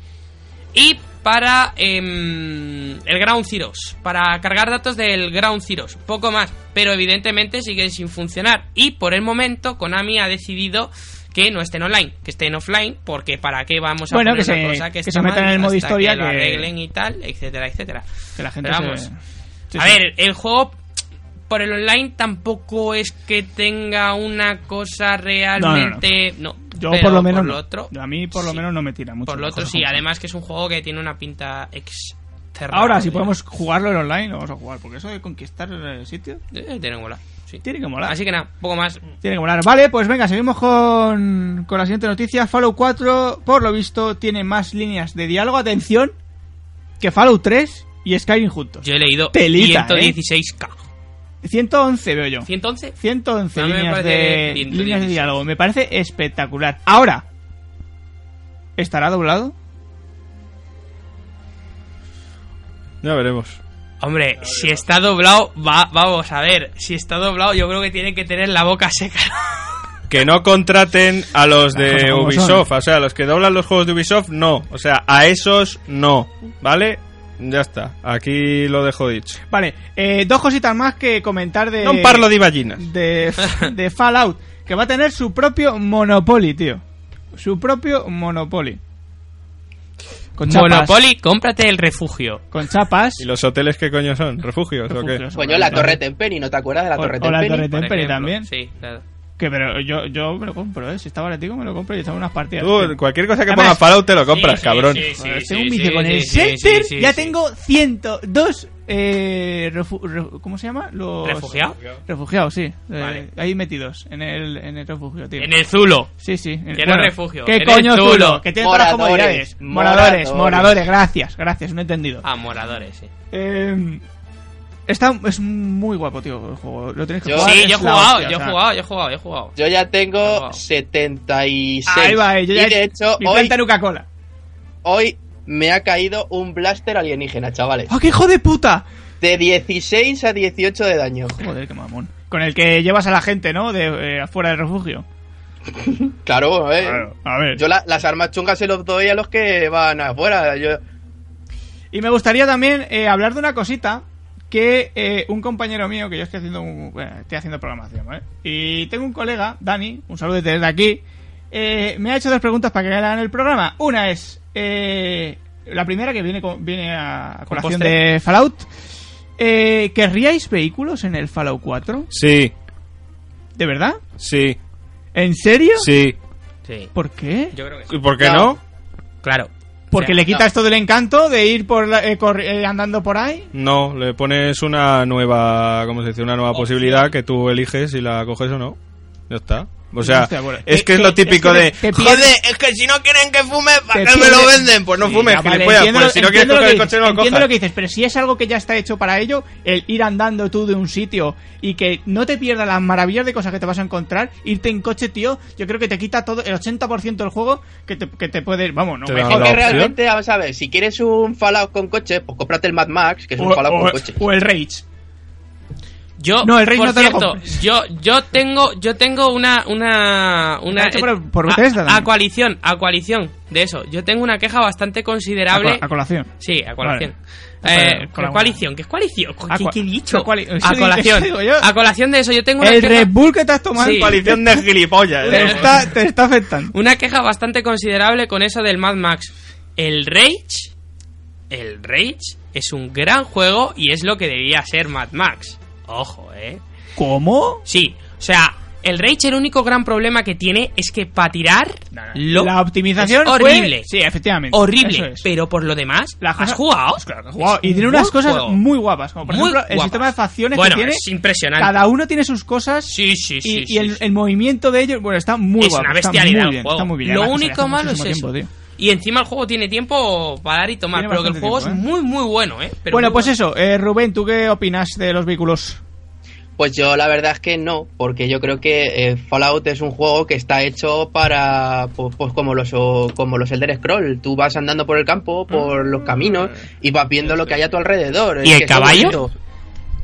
Speaker 2: Y para em, el Ground Zeroes, para cargar datos del Ground Zeroes, poco más, pero evidentemente siguen sin funcionar. Y por el momento Konami ha decidido que no estén online, que estén offline, porque para qué vamos a
Speaker 1: Bueno,
Speaker 2: poner
Speaker 1: que
Speaker 2: una
Speaker 1: se-
Speaker 2: cosa que,
Speaker 1: que se
Speaker 2: está
Speaker 1: metan
Speaker 2: mal
Speaker 1: en el modo
Speaker 2: hasta
Speaker 1: historia
Speaker 2: que lo
Speaker 1: que-
Speaker 2: arreglen y tal, etcétera, etcétera.
Speaker 1: Que la gente
Speaker 2: Pero
Speaker 1: se-
Speaker 2: vamos.
Speaker 1: Sí,
Speaker 2: a
Speaker 1: sí.
Speaker 2: ver, el juego por el online tampoco es que tenga una cosa realmente, no,
Speaker 1: Yo
Speaker 2: pero
Speaker 1: por lo menos.
Speaker 2: por lo
Speaker 1: no.
Speaker 2: otro,
Speaker 1: a mí por lo
Speaker 2: sí.
Speaker 1: menos no me tira mucho.
Speaker 2: Por lo
Speaker 1: las
Speaker 2: otro,
Speaker 1: cosas
Speaker 2: sí,
Speaker 1: como son.
Speaker 2: además que es un juego que tiene una pinta externa.
Speaker 1: Ahora, si podemos jugarlo en online, lo vamos a jugar. Porque eso de conquistar el sitio
Speaker 2: Eh, tiene que molar, sí.
Speaker 1: tiene que molar.
Speaker 2: Así que nada, poco más.
Speaker 1: Tiene que molar. Vale, pues venga, seguimos con, con la siguiente noticia. Fallout 4, por lo visto, tiene más líneas de diálogo, atención, que Fallout 3 y Skyrim juntos.
Speaker 2: Yo he leído
Speaker 1: Telita,
Speaker 2: 116k.
Speaker 1: 111 veo yo.
Speaker 2: 111.
Speaker 1: 111
Speaker 2: A mí me
Speaker 1: líneas
Speaker 2: parece
Speaker 1: de,
Speaker 2: bien,
Speaker 1: líneas de
Speaker 2: 116.
Speaker 1: diálogo. Me parece espectacular. Ahora, ¿estará doblado?
Speaker 3: Ya veremos.
Speaker 2: Hombre, si está doblado, va, vamos a ver. Si está doblado, yo creo que tiene que tener la boca seca.
Speaker 3: Que no contraten a los
Speaker 1: Las cosas
Speaker 3: de
Speaker 1: como
Speaker 3: Ubisoft, o sea, a los que doblan los juegos de Ubisoft, no. O sea, a esos no, ¿vale? Ya está, aquí lo dejo dicho.
Speaker 1: Vale, eh, dos cositas más que comentar de...
Speaker 3: No parlo de ballinas.
Speaker 1: de, de Fallout, que va a tener su propio Monopoly, tío. Su propio Monopoly. Con chapas.
Speaker 2: Monopoly, cómprate el refugio.
Speaker 1: Con chapas.
Speaker 3: ¿Y los hoteles qué coño son? ¿Refugios o qué?
Speaker 1: Refugios,
Speaker 4: Coño, la
Speaker 1: ¿no?
Speaker 4: Torre Tempeni, ¿no te acuerdas de la
Speaker 1: O-
Speaker 4: Torre
Speaker 1: o la
Speaker 4: Tempeni?
Speaker 1: Torre
Speaker 2: por
Speaker 1: Tempeni
Speaker 2: ejemplo.
Speaker 1: también.
Speaker 2: Sí, claro.
Speaker 1: Que pero yo, yo me lo compro, ¿eh? Si está baratico me lo compro y echamos unas partidas.
Speaker 3: Tú,
Speaker 1: tío.
Speaker 3: cualquier cosa que
Speaker 1: Además-
Speaker 3: ponga Fallout te lo compras,
Speaker 2: Sí, sí,
Speaker 3: cabrón.
Speaker 2: sí, sí,
Speaker 1: Joder,
Speaker 2: sí,
Speaker 1: tengo un
Speaker 2: sí,
Speaker 1: vicio con
Speaker 2: sí,
Speaker 1: el
Speaker 2: sí,
Speaker 1: Center.
Speaker 2: sí, sí,
Speaker 1: ya
Speaker 2: sí.
Speaker 1: tengo 102. Eh, refu- re- ¿Cómo se llama? Los...
Speaker 2: ¿Refugiado?
Speaker 1: Refugiados, Oh, sí. Eh,
Speaker 2: Vale.
Speaker 1: ahí metidos. En el, en el refugio, tío.
Speaker 2: En el Zulo.
Speaker 1: Sí, sí. en-
Speaker 2: Que no es refugio,
Speaker 1: ¿Qué
Speaker 2: eres
Speaker 1: coño
Speaker 2: zulo?
Speaker 1: zulo? Que tiene todas las
Speaker 4: Moradores,
Speaker 1: comodidades. Moradores,
Speaker 4: moradores.
Speaker 1: moradores. Gracias, gracias, no he entendido.
Speaker 2: Ah, moradores, sí.
Speaker 1: Eh, está, es muy guapo, tío, el juego. Lo tenéis que
Speaker 4: Yo-
Speaker 1: jugar.
Speaker 2: Sí,
Speaker 1: es
Speaker 2: yo he
Speaker 1: la
Speaker 2: jugado,
Speaker 1: hostia,
Speaker 2: yo
Speaker 1: o
Speaker 2: he
Speaker 1: sea.
Speaker 2: jugado, yo he jugado, yo he jugado.
Speaker 4: Yo ya tengo
Speaker 2: Wow.
Speaker 4: 76.
Speaker 1: Ahí va, eh, yo ya
Speaker 4: y de
Speaker 1: he-
Speaker 4: hecho,
Speaker 1: mi
Speaker 4: hoy,
Speaker 1: planta Nuca Cola.
Speaker 4: hoy me ha caído un blaster alienígena, chavales.
Speaker 1: ¡Ah, qué hijo de puta!
Speaker 4: De 16 a 18 de daño.
Speaker 1: Joder, qué mamón. Con el que llevas a la gente, ¿no? De eh, afuera del refugio.
Speaker 4: Claro, eh.
Speaker 1: Claro, a ver.
Speaker 4: Yo la- las armas chungas se los doy a los que van afuera. Yo,
Speaker 1: Y me gustaría también eh, hablar de una cosita que eh, un compañero mío, que yo estoy haciendo, un- bueno, estoy haciendo programación, ¿vale? Y tengo un colega, Dani, un saludo desde aquí, eh, me ha hecho dos preguntas para que le hagan el programa. Una es, eh, la primera que viene, con- viene a
Speaker 2: Con
Speaker 1: colación
Speaker 2: postre.
Speaker 1: de Fallout. Eh, ¿Querríais vehículos en el Fallout 4?
Speaker 3: Sí,
Speaker 1: ¿De verdad?
Speaker 3: sí,
Speaker 1: ¿En serio?
Speaker 3: sí.
Speaker 2: Sí.
Speaker 1: ¿Por qué?
Speaker 2: Yo creo que sí.
Speaker 3: ¿Y por qué
Speaker 4: No.
Speaker 3: no?
Speaker 2: Claro.
Speaker 1: Porque
Speaker 2: O sea,
Speaker 1: le quitas todo el encanto de ir por la- eh, corri- eh, andando por ahí.
Speaker 3: No, le pones una nueva, ¿cómo se dice? Una
Speaker 1: Oh,
Speaker 3: nueva posibilidad que tú eliges si la coges o no. Ya está. O sea,
Speaker 1: Estoy de acuerdo.
Speaker 3: es
Speaker 1: Eh,
Speaker 3: que es
Speaker 1: eh,
Speaker 3: lo típico
Speaker 1: es que
Speaker 3: de...
Speaker 1: te- te
Speaker 3: Joder, es que si no quieren que fume, ¿para
Speaker 1: Te
Speaker 3: qué me lo
Speaker 1: pierdes-
Speaker 3: venden? Pues no
Speaker 1: Sí,
Speaker 3: fumes,
Speaker 1: ya, vale,
Speaker 3: gilipollas.
Speaker 1: entiendo
Speaker 3: Pues
Speaker 1: lo-
Speaker 3: si no quieres
Speaker 1: entiendo lo
Speaker 3: coger el
Speaker 1: que
Speaker 3: coche,
Speaker 1: dices,
Speaker 3: no lo
Speaker 1: Entiendo
Speaker 3: cojas.
Speaker 1: lo que dices, pero si es algo que ya está hecho para ello, el ir andando tú de un sitio y que no te pierdas las maravillas de cosas que te vas a encontrar, irte en coche, tío, yo creo que te quita todo el 80% del juego que te, que te puede... Vamos, no
Speaker 3: Te
Speaker 1: me
Speaker 3: da
Speaker 1: jodas.
Speaker 3: la
Speaker 4: es que
Speaker 3: opción.
Speaker 4: realmente, vamos a ver, si quieres un Fallout con coche, pues cómprate el Mad Max, que es
Speaker 1: O,
Speaker 4: un Fallout
Speaker 1: o-
Speaker 4: con coche.
Speaker 1: o el Rage.
Speaker 2: Yo,
Speaker 1: No, el Rey
Speaker 2: por
Speaker 1: no te lo
Speaker 2: cierto,
Speaker 1: compres.
Speaker 2: yo, yo tengo, yo tengo una, una, una
Speaker 1: hecho por- por
Speaker 2: a-
Speaker 1: Bethesda
Speaker 2: a,
Speaker 1: también.
Speaker 2: coalición, a coalición de eso. Yo tengo una queja bastante
Speaker 1: A, col-
Speaker 2: considerable.
Speaker 1: a colación.
Speaker 2: Sí, a colación.
Speaker 1: Vale.
Speaker 2: Eh,
Speaker 1: Espera, colabora.
Speaker 2: coalición, ¿qué es coalición? ¿Qué,
Speaker 1: A cua-
Speaker 2: qué he dicho?
Speaker 1: a coali- eso
Speaker 2: A
Speaker 1: digo-
Speaker 2: colación.
Speaker 1: eso digo yo.
Speaker 2: A colación de eso, yo tengo una
Speaker 1: El
Speaker 2: queja-
Speaker 1: Red Bull que te has tomado
Speaker 2: Sí.
Speaker 3: Coalición de gilipollas.
Speaker 1: te,
Speaker 3: ¿eh?
Speaker 1: está, te está afectando.
Speaker 2: Una queja bastante considerable con eso del Mad Max. El Rage. El Rage es un gran juego y es lo que debía ser Mad Max. Ojo, eh.
Speaker 1: ¿Cómo?
Speaker 2: Sí, o sea, el Rage el único gran problema que tiene es que para tirar. lo-
Speaker 1: la optimización
Speaker 2: es
Speaker 1: fue-
Speaker 2: horrible.
Speaker 1: sí, efectivamente.
Speaker 2: horrible.
Speaker 1: Eso es.
Speaker 2: Pero por lo demás,
Speaker 1: La
Speaker 2: ¿has
Speaker 1: cosa-
Speaker 2: jugado?
Speaker 1: Pues claro que he jugado. Y
Speaker 2: Es
Speaker 1: tiene
Speaker 2: un
Speaker 1: unas
Speaker 2: buen
Speaker 1: cosas
Speaker 2: juego.
Speaker 1: muy guapas. Como por
Speaker 2: Muy
Speaker 1: ejemplo, el
Speaker 2: guapas.
Speaker 1: sistema de facciones
Speaker 2: Bueno,
Speaker 1: que tiene.
Speaker 2: es impresionante.
Speaker 1: Cada uno tiene sus cosas.
Speaker 2: Sí, sí, sí.
Speaker 1: y,
Speaker 2: sí,
Speaker 1: y el,
Speaker 2: sí.
Speaker 1: el movimiento de ellos, bueno, está muy
Speaker 2: es
Speaker 1: guapo,
Speaker 2: una
Speaker 1: está
Speaker 2: bestialidad
Speaker 1: muy
Speaker 2: el
Speaker 1: bien,
Speaker 2: juego.
Speaker 1: está muy bien.
Speaker 2: Lo
Speaker 1: Además,
Speaker 2: único
Speaker 1: hace
Speaker 2: malo es
Speaker 1: muchísimo
Speaker 2: eso.
Speaker 1: tiempo, tío.
Speaker 2: y encima el juego tiene tiempo para dar y tomar,
Speaker 1: Tiene
Speaker 2: pero que el
Speaker 1: bastante
Speaker 2: juego es
Speaker 1: tiempo,
Speaker 2: muy, muy bueno, ¿eh? Pero
Speaker 1: bueno,
Speaker 2: muy
Speaker 1: pues eso, eh, Rubén, ¿tú qué opinas de los vehículos?
Speaker 4: Pues yo la verdad es que no, porque yo creo que eh, Fallout es un juego que está hecho para, pues, pues como los o- como los Elder Scroll. Tú vas andando por el campo,
Speaker 1: Ah.
Speaker 4: por los caminos y vas viendo lo que hay a tu alrededor.
Speaker 2: ¿Y
Speaker 4: Es
Speaker 2: el
Speaker 4: que está
Speaker 2: caballo?
Speaker 4: bonito.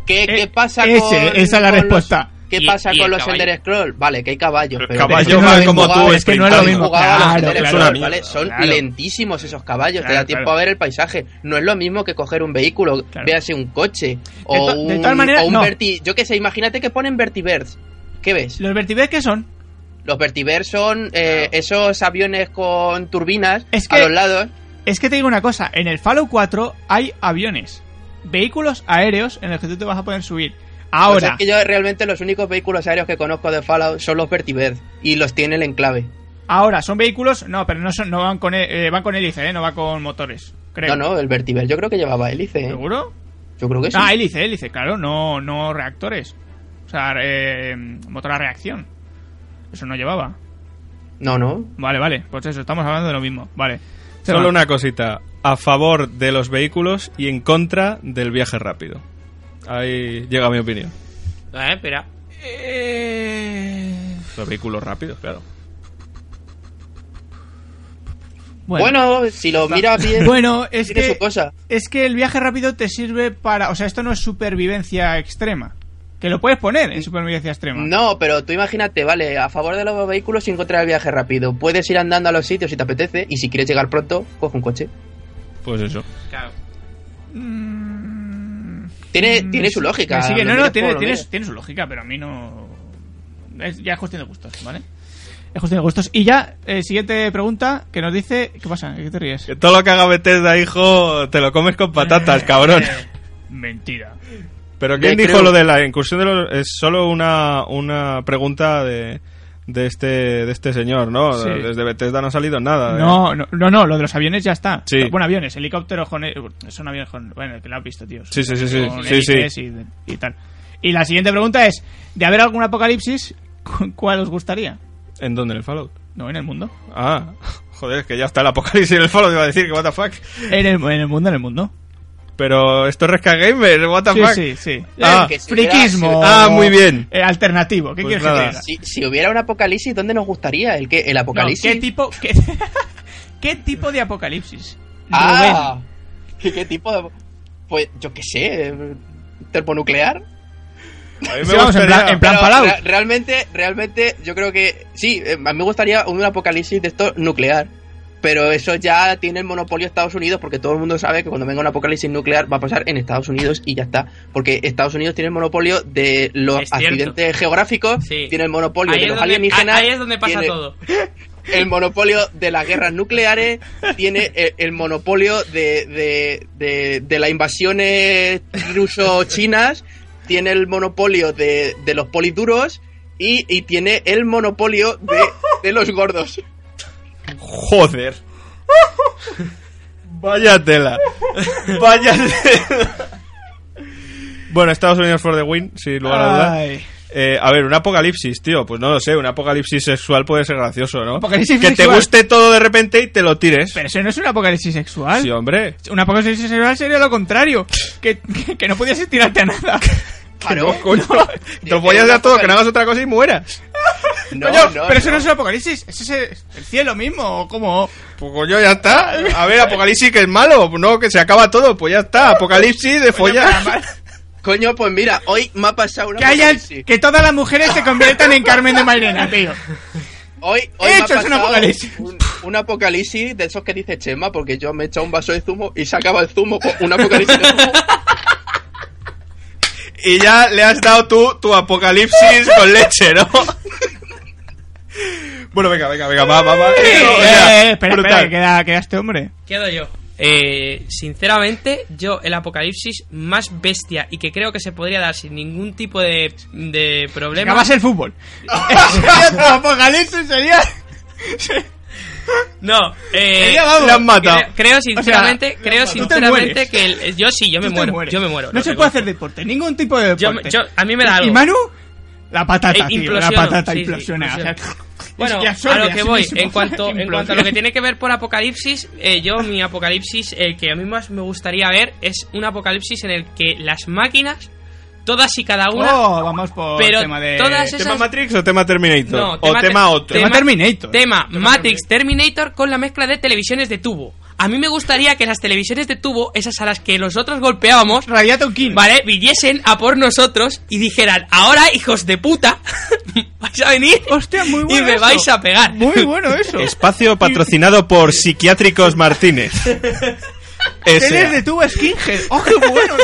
Speaker 4: ¿Qué,
Speaker 1: Eh,
Speaker 4: qué pasa
Speaker 1: ese,
Speaker 4: con
Speaker 1: esa es la
Speaker 4: con los-
Speaker 1: respuesta.
Speaker 4: ¿Qué
Speaker 2: ¿Y-
Speaker 4: pasa
Speaker 2: y
Speaker 4: con
Speaker 2: el
Speaker 4: los
Speaker 2: caballo?
Speaker 4: Elder Scroll? Vale, que hay caballos.
Speaker 3: Pero
Speaker 4: pero-
Speaker 3: caballo
Speaker 4: pero-
Speaker 3: no
Speaker 4: pero-
Speaker 3: es como
Speaker 4: jugado-
Speaker 3: tú,
Speaker 1: es que no es
Speaker 4: Claro,
Speaker 1: lo
Speaker 3: Claro,
Speaker 1: mismo.
Speaker 4: jugaba a los
Speaker 1: Claro,
Speaker 4: Elder
Speaker 1: claro,
Speaker 3: es una
Speaker 4: Scrolls,
Speaker 3: mierda,
Speaker 4: ¿vale? Son
Speaker 1: claro.
Speaker 4: lentísimos esos caballos, te
Speaker 1: Claro,
Speaker 4: da tiempo
Speaker 1: claro.
Speaker 4: a ver el paisaje. No es lo mismo que coger un vehículo,
Speaker 1: Claro.
Speaker 4: véase un coche
Speaker 1: De
Speaker 4: o
Speaker 1: to-
Speaker 4: un,
Speaker 1: de todas maneras,
Speaker 4: o un
Speaker 1: no.
Speaker 4: verti- Yo qué sé, imagínate que ponen vertibers. ¿Qué ves?
Speaker 1: ¿Los vertibes qué son?
Speaker 4: Los vertibers son eh, esos aviones con turbinas
Speaker 1: Es
Speaker 4: a
Speaker 1: que-
Speaker 4: los lados.
Speaker 1: Es que te digo una cosa, en el Fallout 4 hay aviones, vehículos aéreos en los que tú te vas a poder subir.
Speaker 4: O sea,
Speaker 1: Ahora,
Speaker 4: es que yo realmente los únicos vehículos aéreos que conozco de Fallout son los vertibers y los tiene el enclave.
Speaker 1: ahora son vehículos, no, pero no son, no van con eh, van con hélice, eh, no va con motores, creo.
Speaker 4: No, no, el vertiber yo creo que llevaba hélice. ¿eh?
Speaker 1: ¿Seguro?
Speaker 4: Yo creo que sí.
Speaker 1: Ah, hélice, hélice, claro, no, no reactores. O sea, eh, motor a reacción. Eso no llevaba.
Speaker 4: No, no.
Speaker 1: Vale, vale, pues eso, estamos hablando de lo mismo. Vale.
Speaker 3: Solo una cosita. A favor de los vehículos y en contra del viaje rápido. Ahí llega mi opinión.
Speaker 2: bueno. Eh, espera.
Speaker 1: Eh,
Speaker 3: Los vehículos rápidos, claro.
Speaker 4: Bueno, si lo miras bien,
Speaker 1: Bueno, es
Speaker 4: tiene
Speaker 1: que,
Speaker 4: su cosa.
Speaker 1: es que el viaje rápido te sirve para... O sea, esto no es supervivencia extrema. Que lo puedes poner en supervivencia extrema.
Speaker 4: No, pero tú imagínate, vale, a favor de los vehículos sin encontrar el viaje rápido. Puedes ir andando a los sitios si te apetece y si quieres llegar pronto, coge un coche.
Speaker 3: Pues eso.
Speaker 2: Claro.
Speaker 4: Tiene, tiene su lógica.
Speaker 1: Así que Mm, no,
Speaker 4: lo
Speaker 1: no,
Speaker 4: mires
Speaker 1: tiene,
Speaker 4: como lo
Speaker 1: tiene,
Speaker 4: mires.
Speaker 1: su- tiene su lógica, pero a mí no... es- ya es cuestión de gustos, ¿vale? Es cuestión de gustos. Y ya, eh, siguiente pregunta que nos dice... ¿Qué pasa? ¿Qué te ríes?
Speaker 3: Que todo lo que haga Bethesda, hijo, te lo comes con patatas,
Speaker 1: Eh,
Speaker 3: cabrón.
Speaker 1: Mentira.
Speaker 3: Pero
Speaker 1: Eh,
Speaker 3: ¿quién
Speaker 4: de
Speaker 3: dijo
Speaker 4: creo-
Speaker 3: lo de la incursión de los... Es solo una, una pregunta de, de, este, de este señor, ¿no?
Speaker 1: Sí.
Speaker 3: Desde Bethesda no ha salido nada. ¿eh?
Speaker 1: No, no, no, no, lo de los aviones ya está.
Speaker 3: Sí.
Speaker 1: Bueno, aviones, helicópteros con... Son aviones con... Bueno, que lo has visto, tío.
Speaker 3: Sí, sí, sí, sí.
Speaker 1: con E
Speaker 3: sí, sí.
Speaker 1: hélices Y, y tal. Y la siguiente pregunta es, de haber algún apocalipsis, ¿cu- ¿cuál os gustaría?
Speaker 3: ¿En dónde? ¿En el Fallout?
Speaker 1: No, en el mundo.
Speaker 3: Ah, joder, es que ya está el apocalipsis en el Fallout, iba a decir que what the fuck.
Speaker 1: En el, en el mundo, en el mundo.
Speaker 3: Pero esto es Resca Gamer, what the
Speaker 1: Sí,
Speaker 3: fuck.
Speaker 1: sí, sí.
Speaker 3: Ah.
Speaker 4: Que si hubiera-
Speaker 1: Friquismo.
Speaker 3: Ah, muy bien.
Speaker 1: eh, alternativo. ¿Qué
Speaker 3: Pues
Speaker 1: quieres que
Speaker 3: nada.
Speaker 1: te diga?
Speaker 4: Si, si hubiera un apocalipsis, ¿dónde nos gustaría? ¿El, que ¿El
Speaker 1: No,
Speaker 4: apocalipsis?
Speaker 1: ¿Qué tipo, qué, qué tipo de apocalipsis?
Speaker 4: ah, ¿qué, qué tipo de.? Pues yo qué sé, eh, termonuclear.
Speaker 3: A mí me
Speaker 1: Sí, vamos, en
Speaker 3: gustaría-
Speaker 1: plan- en plan- Fallout.
Speaker 4: re- realmente, realmente, yo creo que. Sí, eh, a mí me gustaría un apocalipsis de esto nuclear. Pero eso ya tiene el monopolio Estados Unidos, porque todo el mundo sabe que cuando venga un apocalipsis nuclear va a pasar en Estados Unidos y ya está. Porque Estados Unidos tiene el monopolio de los
Speaker 2: Es cierto.
Speaker 4: accidentes geográficos,
Speaker 2: Sí.
Speaker 4: tiene el monopolio
Speaker 2: Ahí
Speaker 4: de
Speaker 2: es,
Speaker 4: los
Speaker 2: donde,
Speaker 4: alienígenas.
Speaker 2: ahí es donde pasa
Speaker 4: tiene-
Speaker 2: todo.
Speaker 4: el monopolio de las guerras nucleares, tiene eh, el, el monopolio de, de, de, de las invasiones ruso-chinas, tiene el monopolio de, de los poliduros y, y tiene el monopolio de, de los gordos.
Speaker 3: Joder. Vaya tela. Vaya tela. Bueno, Estados Unidos for the win, sin lugar a dudas.
Speaker 1: Ay.
Speaker 3: Eh, a ver, un apocalipsis, tío. Pues no lo sé, un apocalipsis sexual puede ser gracioso, ¿no?
Speaker 1: Apocalipsis
Speaker 3: que te
Speaker 1: sexual.
Speaker 3: guste todo de repente y te lo tires.
Speaker 1: Pero eso no es un apocalipsis sexual.
Speaker 3: Sí, hombre.
Speaker 1: Un apocalipsis sexual sería lo contrario. Que, que, que no pudieses tirarte a nada. Ah,
Speaker 4: Claro.
Speaker 3: No, coño. Te lo
Speaker 4: Sí,
Speaker 3: voy a
Speaker 4: un
Speaker 3: hacer todo,
Speaker 4: apocalipsis.
Speaker 3: que no hagas otra cosa y mueras.
Speaker 4: No,
Speaker 1: Coño,
Speaker 4: no,
Speaker 1: pero eso no
Speaker 4: no.
Speaker 1: es un apocalipsis, eso es el, el cielo mismo, o como...
Speaker 3: Pues coño, ya está. A ver, apocalipsis que es malo. No, que se acaba todo. Pues ya está. Apocalipsis de follar.
Speaker 1: Coño, para mal.
Speaker 4: Coño, pues mira, hoy me ha pasado una
Speaker 1: Que,
Speaker 4: cosa
Speaker 1: hayan-
Speaker 4: así.
Speaker 1: que todas las mujeres se conviertan en Carmen de Mairena, tío.
Speaker 4: Hoy, hoy me ha
Speaker 1: Eso es un
Speaker 4: pasado
Speaker 1: apocalipsis.
Speaker 4: Un, un apocalipsis de esos que dice Chema, porque yo me he echado un vaso de zumo y sacaba el zumo. con Un apocalipsis de zumo.
Speaker 3: Y ya le has dado tú tu apocalipsis con leche, ¿no? bueno, venga, venga, venga, va, va, va. O sea,
Speaker 1: Eh, eh, espera, espera,
Speaker 3: brutal.
Speaker 1: que queda, queda este hombre.
Speaker 2: Quedo yo. Eh, sinceramente, yo el apocalipsis más bestia y que creo que se podría dar sin ningún tipo de, de problema.
Speaker 1: Acabas el fútbol. Sería tu apocalipsis sería.
Speaker 2: No, eh,
Speaker 1: Sería, vamos,
Speaker 3: Le han matado.
Speaker 2: Creo, creo sinceramente,
Speaker 1: O sea,
Speaker 2: creo
Speaker 1: tú te
Speaker 2: sinceramente
Speaker 1: mueres.
Speaker 2: que el- yo sí, yo me
Speaker 1: Tú te
Speaker 2: muero,
Speaker 1: mueres.
Speaker 2: yo me muero.
Speaker 1: No
Speaker 2: lo
Speaker 1: se
Speaker 2: reconozco.
Speaker 1: puede hacer deporte, ningún tipo de
Speaker 2: Yo-
Speaker 1: deporte.
Speaker 2: yo- a mí me da
Speaker 1: ¿Y
Speaker 2: algo.
Speaker 1: Manu? La patata,
Speaker 2: Eh,
Speaker 1: tío. La
Speaker 2: implosiono,
Speaker 1: patata
Speaker 2: sí, sí,
Speaker 1: implosiona. o sea,
Speaker 2: implosiono.
Speaker 1: es
Speaker 2: Bueno,
Speaker 1: que absorbe
Speaker 2: a lo que
Speaker 1: sí
Speaker 2: voy,
Speaker 1: mismo.
Speaker 2: en cuanto, en cuanto a lo que
Speaker 1: Implosiona.
Speaker 2: tiene que ver por apocalipsis, eh, yo mi apocalipsis, el que a mí más me gustaría ver, es un apocalipsis en el que las máquinas, todas y cada una,
Speaker 1: Oh, vamos por
Speaker 2: Pero
Speaker 1: tema de...
Speaker 2: todas esas-
Speaker 3: ¿Tema Matrix o tema Terminator?
Speaker 2: No,
Speaker 3: o tema otro.
Speaker 1: tema- Terminator.
Speaker 2: Tema Matrix Terminator con la mezcla de televisiones de tubo. A mí me gustaría que las televisiones de tubo, esas a las que nosotros golpeábamos,
Speaker 1: Radiato King.
Speaker 2: ¿vale? Viniesen a por nosotros y dijeran, ahora hijos de puta, vais a venir
Speaker 1: Hostia, muy
Speaker 2: y
Speaker 1: bueno
Speaker 2: me
Speaker 1: eso.
Speaker 2: vais a pegar.
Speaker 1: Muy bueno eso.
Speaker 3: Espacio patrocinado por Psiquiátricos Martínez.
Speaker 1: Teles
Speaker 3: Ese.
Speaker 1: de tubo skinhead. Oh, qué bueno.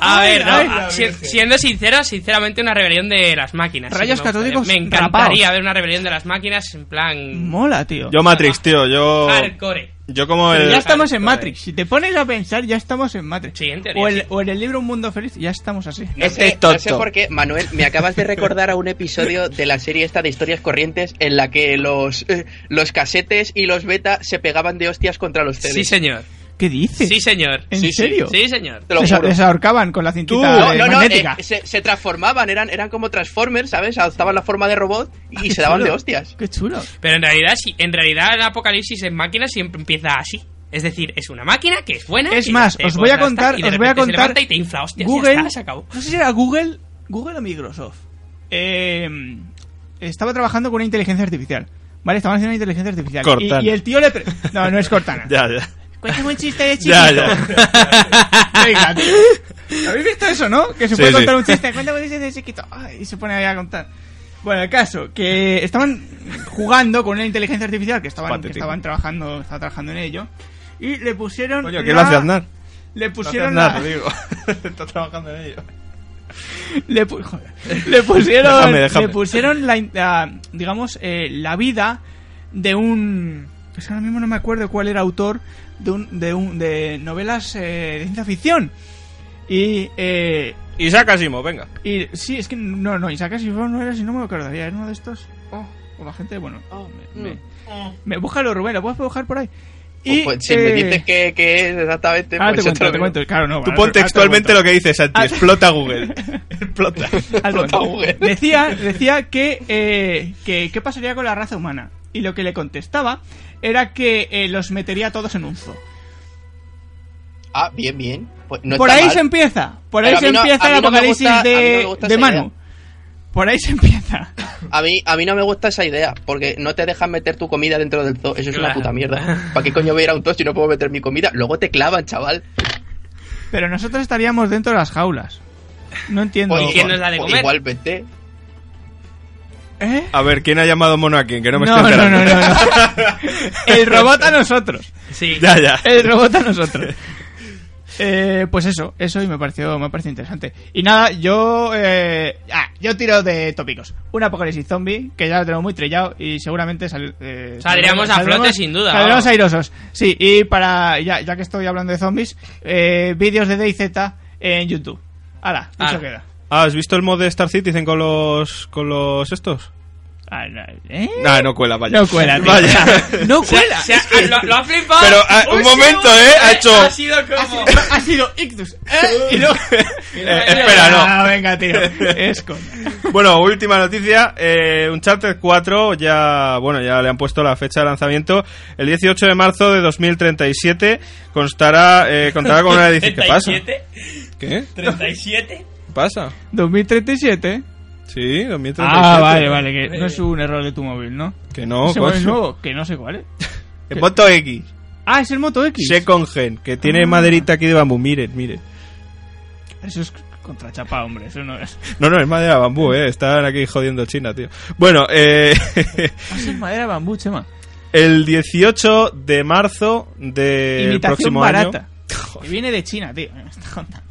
Speaker 2: A
Speaker 1: Ay,
Speaker 2: ver, no,
Speaker 1: ay,
Speaker 2: a-
Speaker 1: la
Speaker 2: si-
Speaker 1: Virgen.
Speaker 2: siendo sincero, sinceramente una rebelión de las máquinas. sí
Speaker 1: Rayos
Speaker 2: que me gustaría.
Speaker 1: catódicos
Speaker 2: Me encantaría
Speaker 1: rapaos.
Speaker 2: ver una rebelión de las máquinas en plan
Speaker 1: Mola, tío.
Speaker 3: Yo Matrix, tío, yo...
Speaker 2: hardcore.
Speaker 3: Yo como
Speaker 1: Pero
Speaker 3: el...
Speaker 1: ya estamos en
Speaker 2: Joder.
Speaker 1: Matrix. Si te pones a pensar, ya estamos en Matrix.
Speaker 2: Sí, en teoría,
Speaker 1: o, el,
Speaker 2: sí. Eh,
Speaker 1: o en el libro Un Mundo Feliz, ya estamos así.
Speaker 4: No
Speaker 3: Este
Speaker 4: sé,
Speaker 3: es tonto.
Speaker 4: no sé por qué, Manuel, me acabas de recordar a un episodio de la serie esta de historias corrientes en la que los, eh, los casetes y los beta se pegaban de hostias contra los CDs.
Speaker 2: Sí, señor.
Speaker 1: ¿Qué dices?
Speaker 2: Sí, señor.
Speaker 1: ¿En
Speaker 4: Sí, sí,
Speaker 1: serio?
Speaker 2: Sí, señor.
Speaker 4: Te lo
Speaker 1: Les,
Speaker 4: juro.
Speaker 1: les ahorcaban con la
Speaker 3: Tú.
Speaker 1: cintita
Speaker 4: No,
Speaker 1: de
Speaker 4: no, no,
Speaker 1: magnética.
Speaker 4: eh, se, se transformaban, eran, eran como Transformers, ¿sabes? Adoptaban la forma de robot y se daban de
Speaker 1: Chulo.
Speaker 4: hostias.
Speaker 1: Ah, Qué chulo.
Speaker 2: Pero en realidad, sí, en realidad el apocalipsis en máquinas siempre empieza así. Es decir, es una máquina que es buena.
Speaker 1: Es
Speaker 2: Ah, y
Speaker 1: más,
Speaker 2: te
Speaker 1: os voy a
Speaker 2: contrasta
Speaker 1: contar,
Speaker 2: y de
Speaker 1: os voy a
Speaker 2: repente se
Speaker 1: contar.
Speaker 2: levanta y te infla, hostias, ya
Speaker 1: Google,
Speaker 2: está, se acabó.
Speaker 1: No sé si era Google, Google o Microsoft. Eh, estaba trabajando con una inteligencia artificial. Vale, estaban haciendo una inteligencia artificial. Y-
Speaker 3: Cortana.
Speaker 1: Y, el tío le. pre- No, no es Cortana.
Speaker 3: Ya, ya.
Speaker 1: Cuéntame un chiste de chiquito.
Speaker 3: Ya, ya.
Speaker 1: Venga, tío. ¿Habéis visto eso, no? Que se
Speaker 3: Sí,
Speaker 1: puede
Speaker 3: sí.
Speaker 1: contar un chiste. Cuéntame un chiste de chiquito. Ay, y se pone ahí a contar. Bueno, el caso, que estaban jugando con una inteligencia artificial que estaban, que
Speaker 3: Patético.
Speaker 1: estaban trabajando, estaba trabajando en ello. Y le pusieron.
Speaker 3: Coño,
Speaker 1: la-
Speaker 3: ¿qué lo hace Aznar?
Speaker 1: Le pusieron
Speaker 3: Lo hace Aznar,
Speaker 1: la-
Speaker 3: te digo. Está trabajando en ello.
Speaker 1: le, pu- joder. Le pusieron
Speaker 3: Déjame, déjame.
Speaker 1: le pusieron la, in- la, digamos eh, la vida de un es que ahora mismo no me acuerdo cuál era autor de un de un de novelas eh, de ciencia ficción y eh,
Speaker 3: Isaac Asimov, venga.
Speaker 1: y sí es que no no Isaac Asimov no era si no me acordaría era uno de estos oh, o la gente bueno me, me, me- búscalo Rubén lo puedes buscar por ahí y
Speaker 4: Pues, si me
Speaker 1: eh,
Speaker 4: dices que, que es exactamente...
Speaker 1: ahora te
Speaker 4: pues,
Speaker 1: cuento,
Speaker 4: yo lo
Speaker 1: te
Speaker 4: veo.
Speaker 1: cuento, claro, no.
Speaker 3: Tú
Speaker 1: ahora-
Speaker 3: pon
Speaker 1: ahora te lo
Speaker 3: textualmente
Speaker 1: cuento.
Speaker 3: lo que dices, Santi.
Speaker 1: Ah.
Speaker 3: Explota Google. Explota.
Speaker 1: Al
Speaker 4: Explota
Speaker 1: momento.
Speaker 4: Google.
Speaker 1: Decía, decía que, eh, que qué pasaría con la raza humana. Y lo que le contestaba era que eh, los metería a todos en un zoo.
Speaker 4: Ah, bien, bien. Pues no
Speaker 1: por
Speaker 4: está
Speaker 1: ahí
Speaker 4: mal.
Speaker 1: se em- empieza. Por ahí
Speaker 4: Pero a
Speaker 1: se
Speaker 4: mí no-
Speaker 1: empieza
Speaker 4: a
Speaker 1: el
Speaker 4: mí no me
Speaker 1: apocalipsis
Speaker 4: gusta- a mí no
Speaker 1: de,
Speaker 4: me gusta
Speaker 1: de
Speaker 4: esa
Speaker 1: Manu.
Speaker 4: idea.
Speaker 1: Por ahí se empieza.
Speaker 4: A mí, a mí no me gusta esa idea, porque no te dejan meter tu comida dentro del zoo. Eso es una
Speaker 2: Claro.
Speaker 4: puta mierda. ¿Para qué coño voy a ir a un zoo si no puedo meter mi comida? Luego te clavan, chaval.
Speaker 1: Pero nosotros estaríamos dentro de las jaulas. No entiendo.
Speaker 4: Oye,
Speaker 2: quién nos da de
Speaker 4: pues
Speaker 2: comer?
Speaker 4: Igual vete.
Speaker 1: ¿Eh?
Speaker 3: A ver, ¿quién ha llamado mono a quién? Que no me
Speaker 1: No,
Speaker 3: estoy
Speaker 1: no, no,
Speaker 3: enterando.
Speaker 1: no, no. El robot a nosotros.
Speaker 2: Sí.
Speaker 3: Ya, ya.
Speaker 1: El robot a nosotros. Eh, pues eso, eso y me pareció, me pareció interesante. Y nada, yo eh, ah, yo tiro de tópicos. Un apocalipsis zombie, que ya lo tenemos muy trillado y seguramente sal- eh,
Speaker 2: Saldríamos a
Speaker 1: saldremos-
Speaker 2: flote sin duda,
Speaker 1: Saldremos
Speaker 2: vamos.
Speaker 1: airosos. Sí, y para ya, ya que estoy hablando de zombies, eh, vídeos de DayZ en YouTube. Hala, dicho
Speaker 2: Hala.
Speaker 1: queda.
Speaker 3: Ah, ¿Has visto el mod de Star Citizen con los, con los estos?
Speaker 1: Ah, no, ¿eh?
Speaker 3: Nah, no cuela, vaya.
Speaker 1: No cuela, tío.
Speaker 3: Vaya.
Speaker 1: No
Speaker 2: O sea,
Speaker 1: cuela.
Speaker 2: o sea, lo, lo ha flipado.
Speaker 3: Pero, ah, un momento,
Speaker 2: segundo,
Speaker 3: eh, ha hecho-
Speaker 2: Ha sido
Speaker 1: Ha
Speaker 2: como.
Speaker 1: sido, ha sido ictus. ¿eh? Y luego-
Speaker 3: Eh, espera, no.
Speaker 1: Ah, venga, tío. Es coña.
Speaker 3: Bueno, última noticia. Eh, Uncharted 4 ya, bueno, ya le han puesto la fecha de lanzamiento. El 18 de marzo de 2037 constará, eh, contará con una edición. ¿Qué pasa?
Speaker 2: 37,
Speaker 3: ¿Qué? ¿Qué
Speaker 2: 37.
Speaker 3: pasa?
Speaker 1: 2037.
Speaker 3: Sí, 2037.
Speaker 1: Ah, vale, vale, que no es un error de tu móvil, ¿no?
Speaker 3: Que no,
Speaker 1: ¿Ese móvil
Speaker 3: coño.
Speaker 1: nuevo? Que no sé cuál es.
Speaker 3: El Moto X.
Speaker 1: Ah, es el Moto X.
Speaker 3: Second Gen, que tiene
Speaker 1: Ah.
Speaker 3: maderita aquí de bambú. Miren, miren.
Speaker 1: Eso es contra chapa, hombre. Eso no es.
Speaker 3: No, no, es madera bambú, eh. Están aquí jodiendo China, tío. Bueno, eh,
Speaker 5: Es madera bambú, Chema.
Speaker 3: el 18 de marzo del
Speaker 1: Imitación
Speaker 3: próximo
Speaker 1: barata.
Speaker 3: año.
Speaker 1: Que viene de China, tío. me está contando.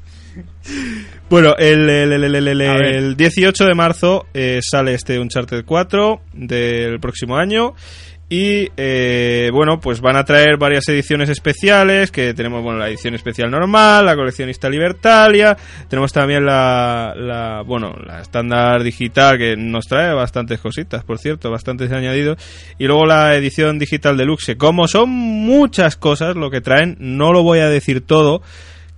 Speaker 3: Bueno, el, el- el- el- el-
Speaker 1: A ver.
Speaker 3: el 18 de marzo eh, sale este Uncharted 4 del próximo año. Y eh, bueno, pues van a traer varias ediciones especiales, que tenemos bueno, la edición especial normal, la coleccionista libertalia, tenemos también la, la bueno, la estándar digital que nos trae bastantes cositas, por cierto, bastantes añadidos, y luego la edición digital deluxe. Como son muchas cosas lo que traen, no lo voy a decir todo,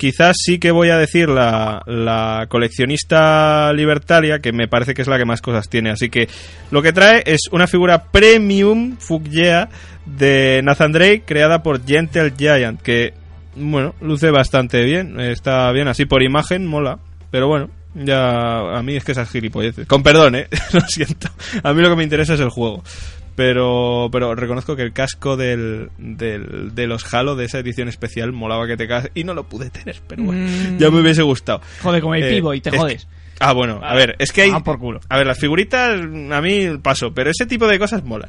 Speaker 3: Quizás sí que voy a decir la, la coleccionista libertaria, que me parece que es la que más cosas tiene. Así que lo que trae es una figura premium, fuck yeah, de Nathan Drake, creada por Gentle Giant, que, bueno, luce bastante bien. Está bien así por imagen, mola. Pero bueno, ya a mí es que esas gilipolleces. Con perdón, eh, lo siento. A mí lo que me interesa es el juego. Pero, pero reconozco que el casco del, del- de los Halo de esa edición especial molaba que te cagas y no lo pude tener, pero bueno,
Speaker 1: Mm.
Speaker 3: ya me hubiese gustado.
Speaker 1: Jode como el
Speaker 3: Eh,
Speaker 1: pivo y te
Speaker 3: es que-
Speaker 1: jodes.
Speaker 3: Ah, bueno, a ver, es que hay...
Speaker 1: Ah, por culo.
Speaker 3: A ver, las figuritas a mí paso, pero ese tipo de cosas mola.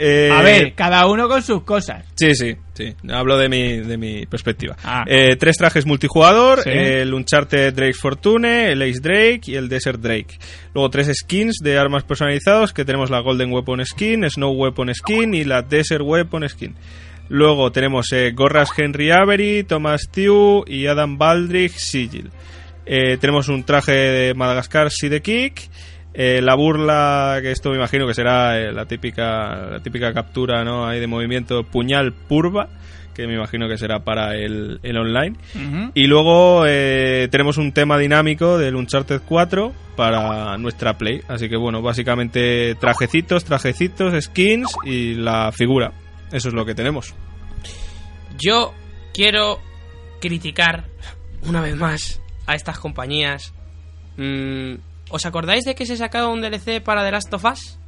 Speaker 3: Eh,
Speaker 1: A ver, cada uno con sus cosas.
Speaker 3: Sí, sí, sí. Hablo de mi, de mi perspectiva.
Speaker 1: Ah.
Speaker 3: Eh, tres trajes multijugador,
Speaker 1: Sí.
Speaker 3: el Uncharted Drake Fortune, el Ace Drake y el Desert Drake. Luego tres skins de armas personalizados, que tenemos la Golden Weapon Skin, Snow Weapon Skin y la Desert Weapon Skin. Luego tenemos eh, gorras Henry Avery, Thomas Tew y Adam Baldrick Sigil. Eh, tenemos un traje de Madagascar, Sea the Kick. Eh, la burla, que esto me imagino que será eh, la típica la típica captura ¿no? ahí de movimiento puñal purva, que me imagino que será para el, el online.
Speaker 1: Ujú.
Speaker 3: Y luego eh, tenemos un tema dinámico del Uncharted 4 para nuestra Play. Así que bueno, básicamente trajecitos, trajecitos, skins y la figura. Eso es lo que tenemos.
Speaker 2: Yo quiero criticar una vez más a estas compañías. Mm, ¿Os acordáis de que se sacaba un DLC para The Last of Us?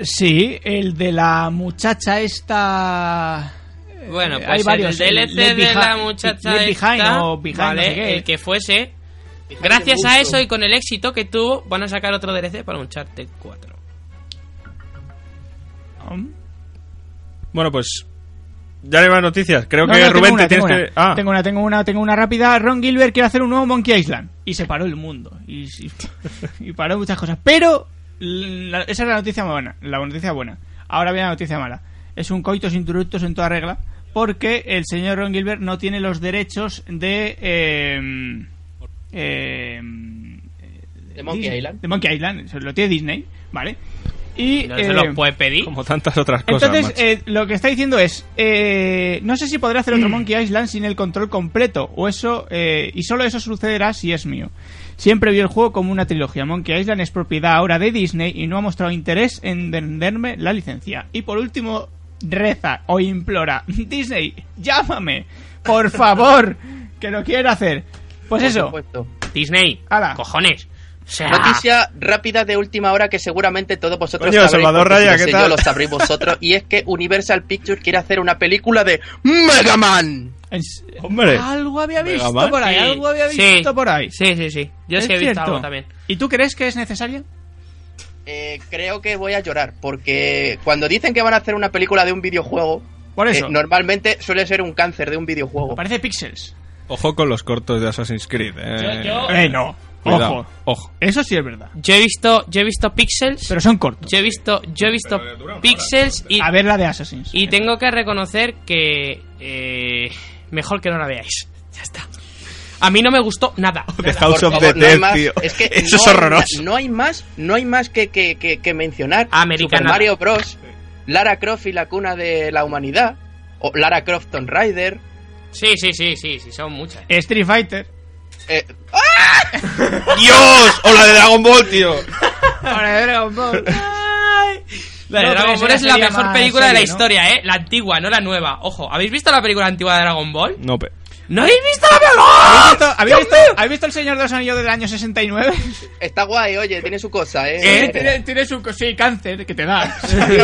Speaker 1: Sí, el de la muchacha esta. eh,
Speaker 2: Bueno, pues
Speaker 1: hay varios.
Speaker 2: el DLC
Speaker 1: Left
Speaker 2: de la
Speaker 1: Behi-
Speaker 2: muchacha
Speaker 1: Left
Speaker 2: esta,
Speaker 1: Behind o Behind, no
Speaker 2: vale,
Speaker 1: sé qué.
Speaker 2: el que fuese, gracias a eso y con el éxito que tuvo, van a sacar otro DLC para Uncharted 4.
Speaker 3: Bueno, pues ya no hay más noticias. Creo
Speaker 1: No,
Speaker 3: que
Speaker 1: no,
Speaker 3: Rubén te
Speaker 1: tengo
Speaker 3: tienes
Speaker 1: una,
Speaker 3: que... Ah,
Speaker 1: tengo una, tengo una, tengo una rápida. Ron Gilbert quiere hacer un nuevo Monkey Island. Y se paró el mundo. Y, y- y paró muchas cosas. Pero la- esa es la noticia buena. La noticia buena. Ahora viene la noticia mala. Es un coitus interruptus en toda regla. Porque el señor Ron Gilbert no tiene los derechos de... em, em,
Speaker 4: De Monkey
Speaker 1: Disney-
Speaker 4: Island.
Speaker 1: De Monkey Island. se Lo tiene Disney. ¿Vale? Y...
Speaker 2: ¿No se lo
Speaker 1: em,
Speaker 2: puede pedir?
Speaker 3: como tantas otras cosas.
Speaker 1: entonces,
Speaker 3: macho.
Speaker 1: eh, lo que está diciendo es, eh, no sé si podré hacer otro Monkey Island sin el control completo, o eso, eh, y solo eso sucederá si es mío. Siempre vio el juego como una trilogía. Monkey Island es propiedad ahora de Disney y no ha mostrado interés en venderme la licencia. Y por último, reza o implora, Disney, llámame, por favor, que lo quiero hacer. Pues
Speaker 4: Por
Speaker 1: eso,
Speaker 4: supuesto.
Speaker 2: Disney,
Speaker 1: Ala.
Speaker 2: cojones. O sea,
Speaker 4: Noticia rápida de última hora que seguramente todos vosotros
Speaker 3: Coño,
Speaker 4: sabréis,
Speaker 3: Salvador
Speaker 4: porque si
Speaker 3: Raya,
Speaker 4: lo
Speaker 3: ¿qué
Speaker 4: sé
Speaker 3: tal?
Speaker 4: yo lo sabréis vosotros, y es que Universal Pictures quiere hacer una película de Mega Man.
Speaker 1: es-
Speaker 3: Hombre.
Speaker 1: algo había
Speaker 3: Mega
Speaker 1: visto
Speaker 3: Man.
Speaker 1: por ahí,
Speaker 2: sí,
Speaker 1: algo había
Speaker 2: sí,
Speaker 1: visto por ahí.
Speaker 2: Sí, sí, sí. Yo
Speaker 1: Es
Speaker 2: sí he visto
Speaker 1: cierto.
Speaker 2: algo también.
Speaker 1: ¿Y tú crees que es necesario?
Speaker 4: Eh, creo que voy a llorar, porque cuando dicen que van a hacer una película de un videojuego,
Speaker 1: Por eso.
Speaker 4: eh, normalmente suele ser un cáncer de un
Speaker 2: Oh.
Speaker 4: videojuego.
Speaker 1: Parece Pixels.
Speaker 3: Ojo con los cortos de Assassin's Creed. eh.
Speaker 2: Yo- yo-
Speaker 1: Eh, no.
Speaker 3: Cuidado,
Speaker 1: Ojo.
Speaker 3: Ojo.
Speaker 1: Eso sí es verdad.
Speaker 2: Yo he visto, yo he visto Pixels,
Speaker 1: Pero son cortos.
Speaker 2: yo he visto, yo he visto
Speaker 3: Pero dura una hora,
Speaker 2: Pixels y,
Speaker 1: A ver la de Assassin's.
Speaker 2: y tengo que reconocer que eh, mejor que no la veáis. Ya está. A mí no me gustó nada.
Speaker 3: The
Speaker 4: Por
Speaker 3: House of
Speaker 4: favor,
Speaker 3: the
Speaker 4: no hay
Speaker 3: Dead,
Speaker 4: más.
Speaker 3: tío.
Speaker 4: Es que
Speaker 3: Eso
Speaker 4: no
Speaker 3: es
Speaker 4: hay-
Speaker 3: horroroso.
Speaker 4: no hay más, no hay más que, que- que- que mencionar.
Speaker 2: Americana.
Speaker 4: Super Mario Bros. Lara Croft y la cuna de la humanidad. O Lara Croft Tomb Raider.
Speaker 2: Sí, sí, sí, sí, sí, son muchas.
Speaker 1: Street Fighter.
Speaker 4: eh,
Speaker 3: ¡Dios! ¡O la de Dragon Ball, tío!
Speaker 1: Ahora de Dragon Ball.
Speaker 2: La de
Speaker 1: No,
Speaker 2: Dragon
Speaker 1: pero
Speaker 2: Ball
Speaker 1: esa
Speaker 2: es la
Speaker 1: sería
Speaker 2: mejor
Speaker 1: más
Speaker 2: película de la
Speaker 1: serie, ¿no?
Speaker 2: historia, ¿eh? La antigua, no la nueva. Ojo, ¿habéis visto la película antigua de Dragon Ball?
Speaker 3: No, pe-
Speaker 2: ¿No habéis visto la mejor?
Speaker 1: ¿Habéis visto, habéis
Speaker 2: ¡Dios
Speaker 1: visto-
Speaker 2: mío!
Speaker 1: habéis visto el Señor de los Anillos del año 69?
Speaker 4: Está guay, oye, tiene su cosa, ¿eh?
Speaker 2: ¿Eh?
Speaker 1: Tiene, tiene su co- sí, cáncer que te da.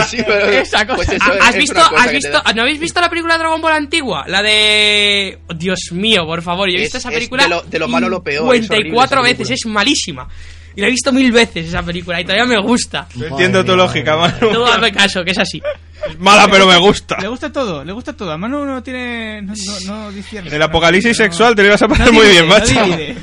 Speaker 4: Sí, pero-
Speaker 1: Esa cosa.
Speaker 4: pues eso
Speaker 2: Ah,
Speaker 4: es-
Speaker 2: ¿Has
Speaker 4: es
Speaker 2: visto,
Speaker 4: una cosa
Speaker 2: has
Speaker 4: que te
Speaker 2: visto,
Speaker 4: da.
Speaker 2: ¿No habéis visto la película Dragon Ball antigua? La de... oh, Dios mío, por favor, yo he
Speaker 4: Es-
Speaker 2: visto esa
Speaker 4: es
Speaker 2: película...
Speaker 4: de lo- de lo malo a lo peor, es horrible esa
Speaker 2: 54 veces,
Speaker 4: película.
Speaker 2: es malísima. Y la he visto mil veces esa película y todavía me gusta.
Speaker 3: No entiendo tu lógica, Manu.
Speaker 2: No hazme caso, que es así.
Speaker 3: Es mala, pero me gusta.
Speaker 1: Ah, Le gusta todo, le gusta todo. A Manu no tiene. No, no, no discierne.
Speaker 3: El apocalipsis
Speaker 1: No-
Speaker 3: sexual te lo ibas a
Speaker 1: no
Speaker 3: pasar muy
Speaker 1: divide,
Speaker 3: bien,
Speaker 1: no
Speaker 3: macho.
Speaker 1: divide.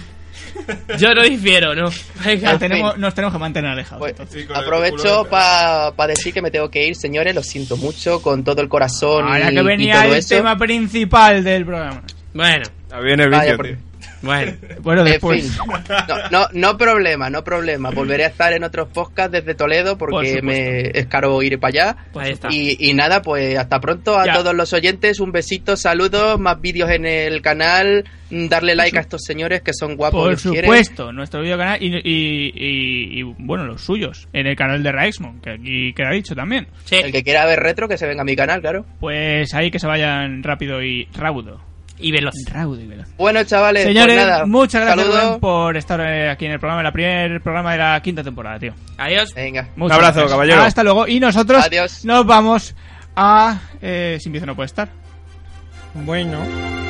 Speaker 2: Yo no difiero, ¿no? Venga.
Speaker 1: Ya tenemos- nos tenemos que mantener alejados.
Speaker 4: Pues,
Speaker 1: entonces.
Speaker 3: Sí, con el culo
Speaker 4: aprovecho
Speaker 3: de
Speaker 4: para decir que me tengo que ir, señores. Lo siento mucho con todo el corazón
Speaker 1: Ahora
Speaker 4: y,
Speaker 1: que
Speaker 4: y
Speaker 1: venía
Speaker 4: todo
Speaker 1: el
Speaker 4: eso.
Speaker 1: tema principal del programa.
Speaker 2: Bueno,
Speaker 3: Ah, viene el
Speaker 4: Vaya,
Speaker 3: vicio,
Speaker 4: por-
Speaker 3: tío.
Speaker 2: bueno.
Speaker 1: Bueno,
Speaker 4: En
Speaker 1: después.
Speaker 4: fin. No, no, no problema, no problema. Volveré a estar en otros podcasts desde Toledo
Speaker 1: Por
Speaker 4: porque
Speaker 1: supuesto.
Speaker 4: me es caro ir para allá.
Speaker 2: Pues ahí está.
Speaker 4: Y, y nada, pues hasta pronto a
Speaker 1: Ah. Ya.
Speaker 4: todos los oyentes. Un besito, saludos, más vídeos en el canal. mm, Darle like a estos señores que son guapos. y
Speaker 1: Por
Speaker 4: los quieren.
Speaker 1: supuesto, nuestro video canal y, y- y- y, bueno, los suyos, en el canal de Raixmon, que aquí queda dicho también.
Speaker 2: Sí.
Speaker 4: El que quiera ver retro, que se venga a mi canal, claro.
Speaker 1: Pues ahí que se vayan rápido y raudo.
Speaker 2: Y veloz.
Speaker 1: Raudo y veloz.
Speaker 4: Bueno, chavales, pues
Speaker 1: Señores,
Speaker 4: nada,
Speaker 1: muchas gracias
Speaker 4: saludos.
Speaker 1: Rubén, por estar eh, aquí en el programa, el primer programa de la quinta temporada, tío.
Speaker 2: Adiós.
Speaker 4: Venga.
Speaker 1: Muchas
Speaker 3: Un abrazo,
Speaker 1: gracias.
Speaker 3: caballero.
Speaker 1: Hasta luego. Y nosotros
Speaker 4: Adiós.
Speaker 1: nos vamos a... Eh, Sin Vicio no puede estar.
Speaker 6: Bueno.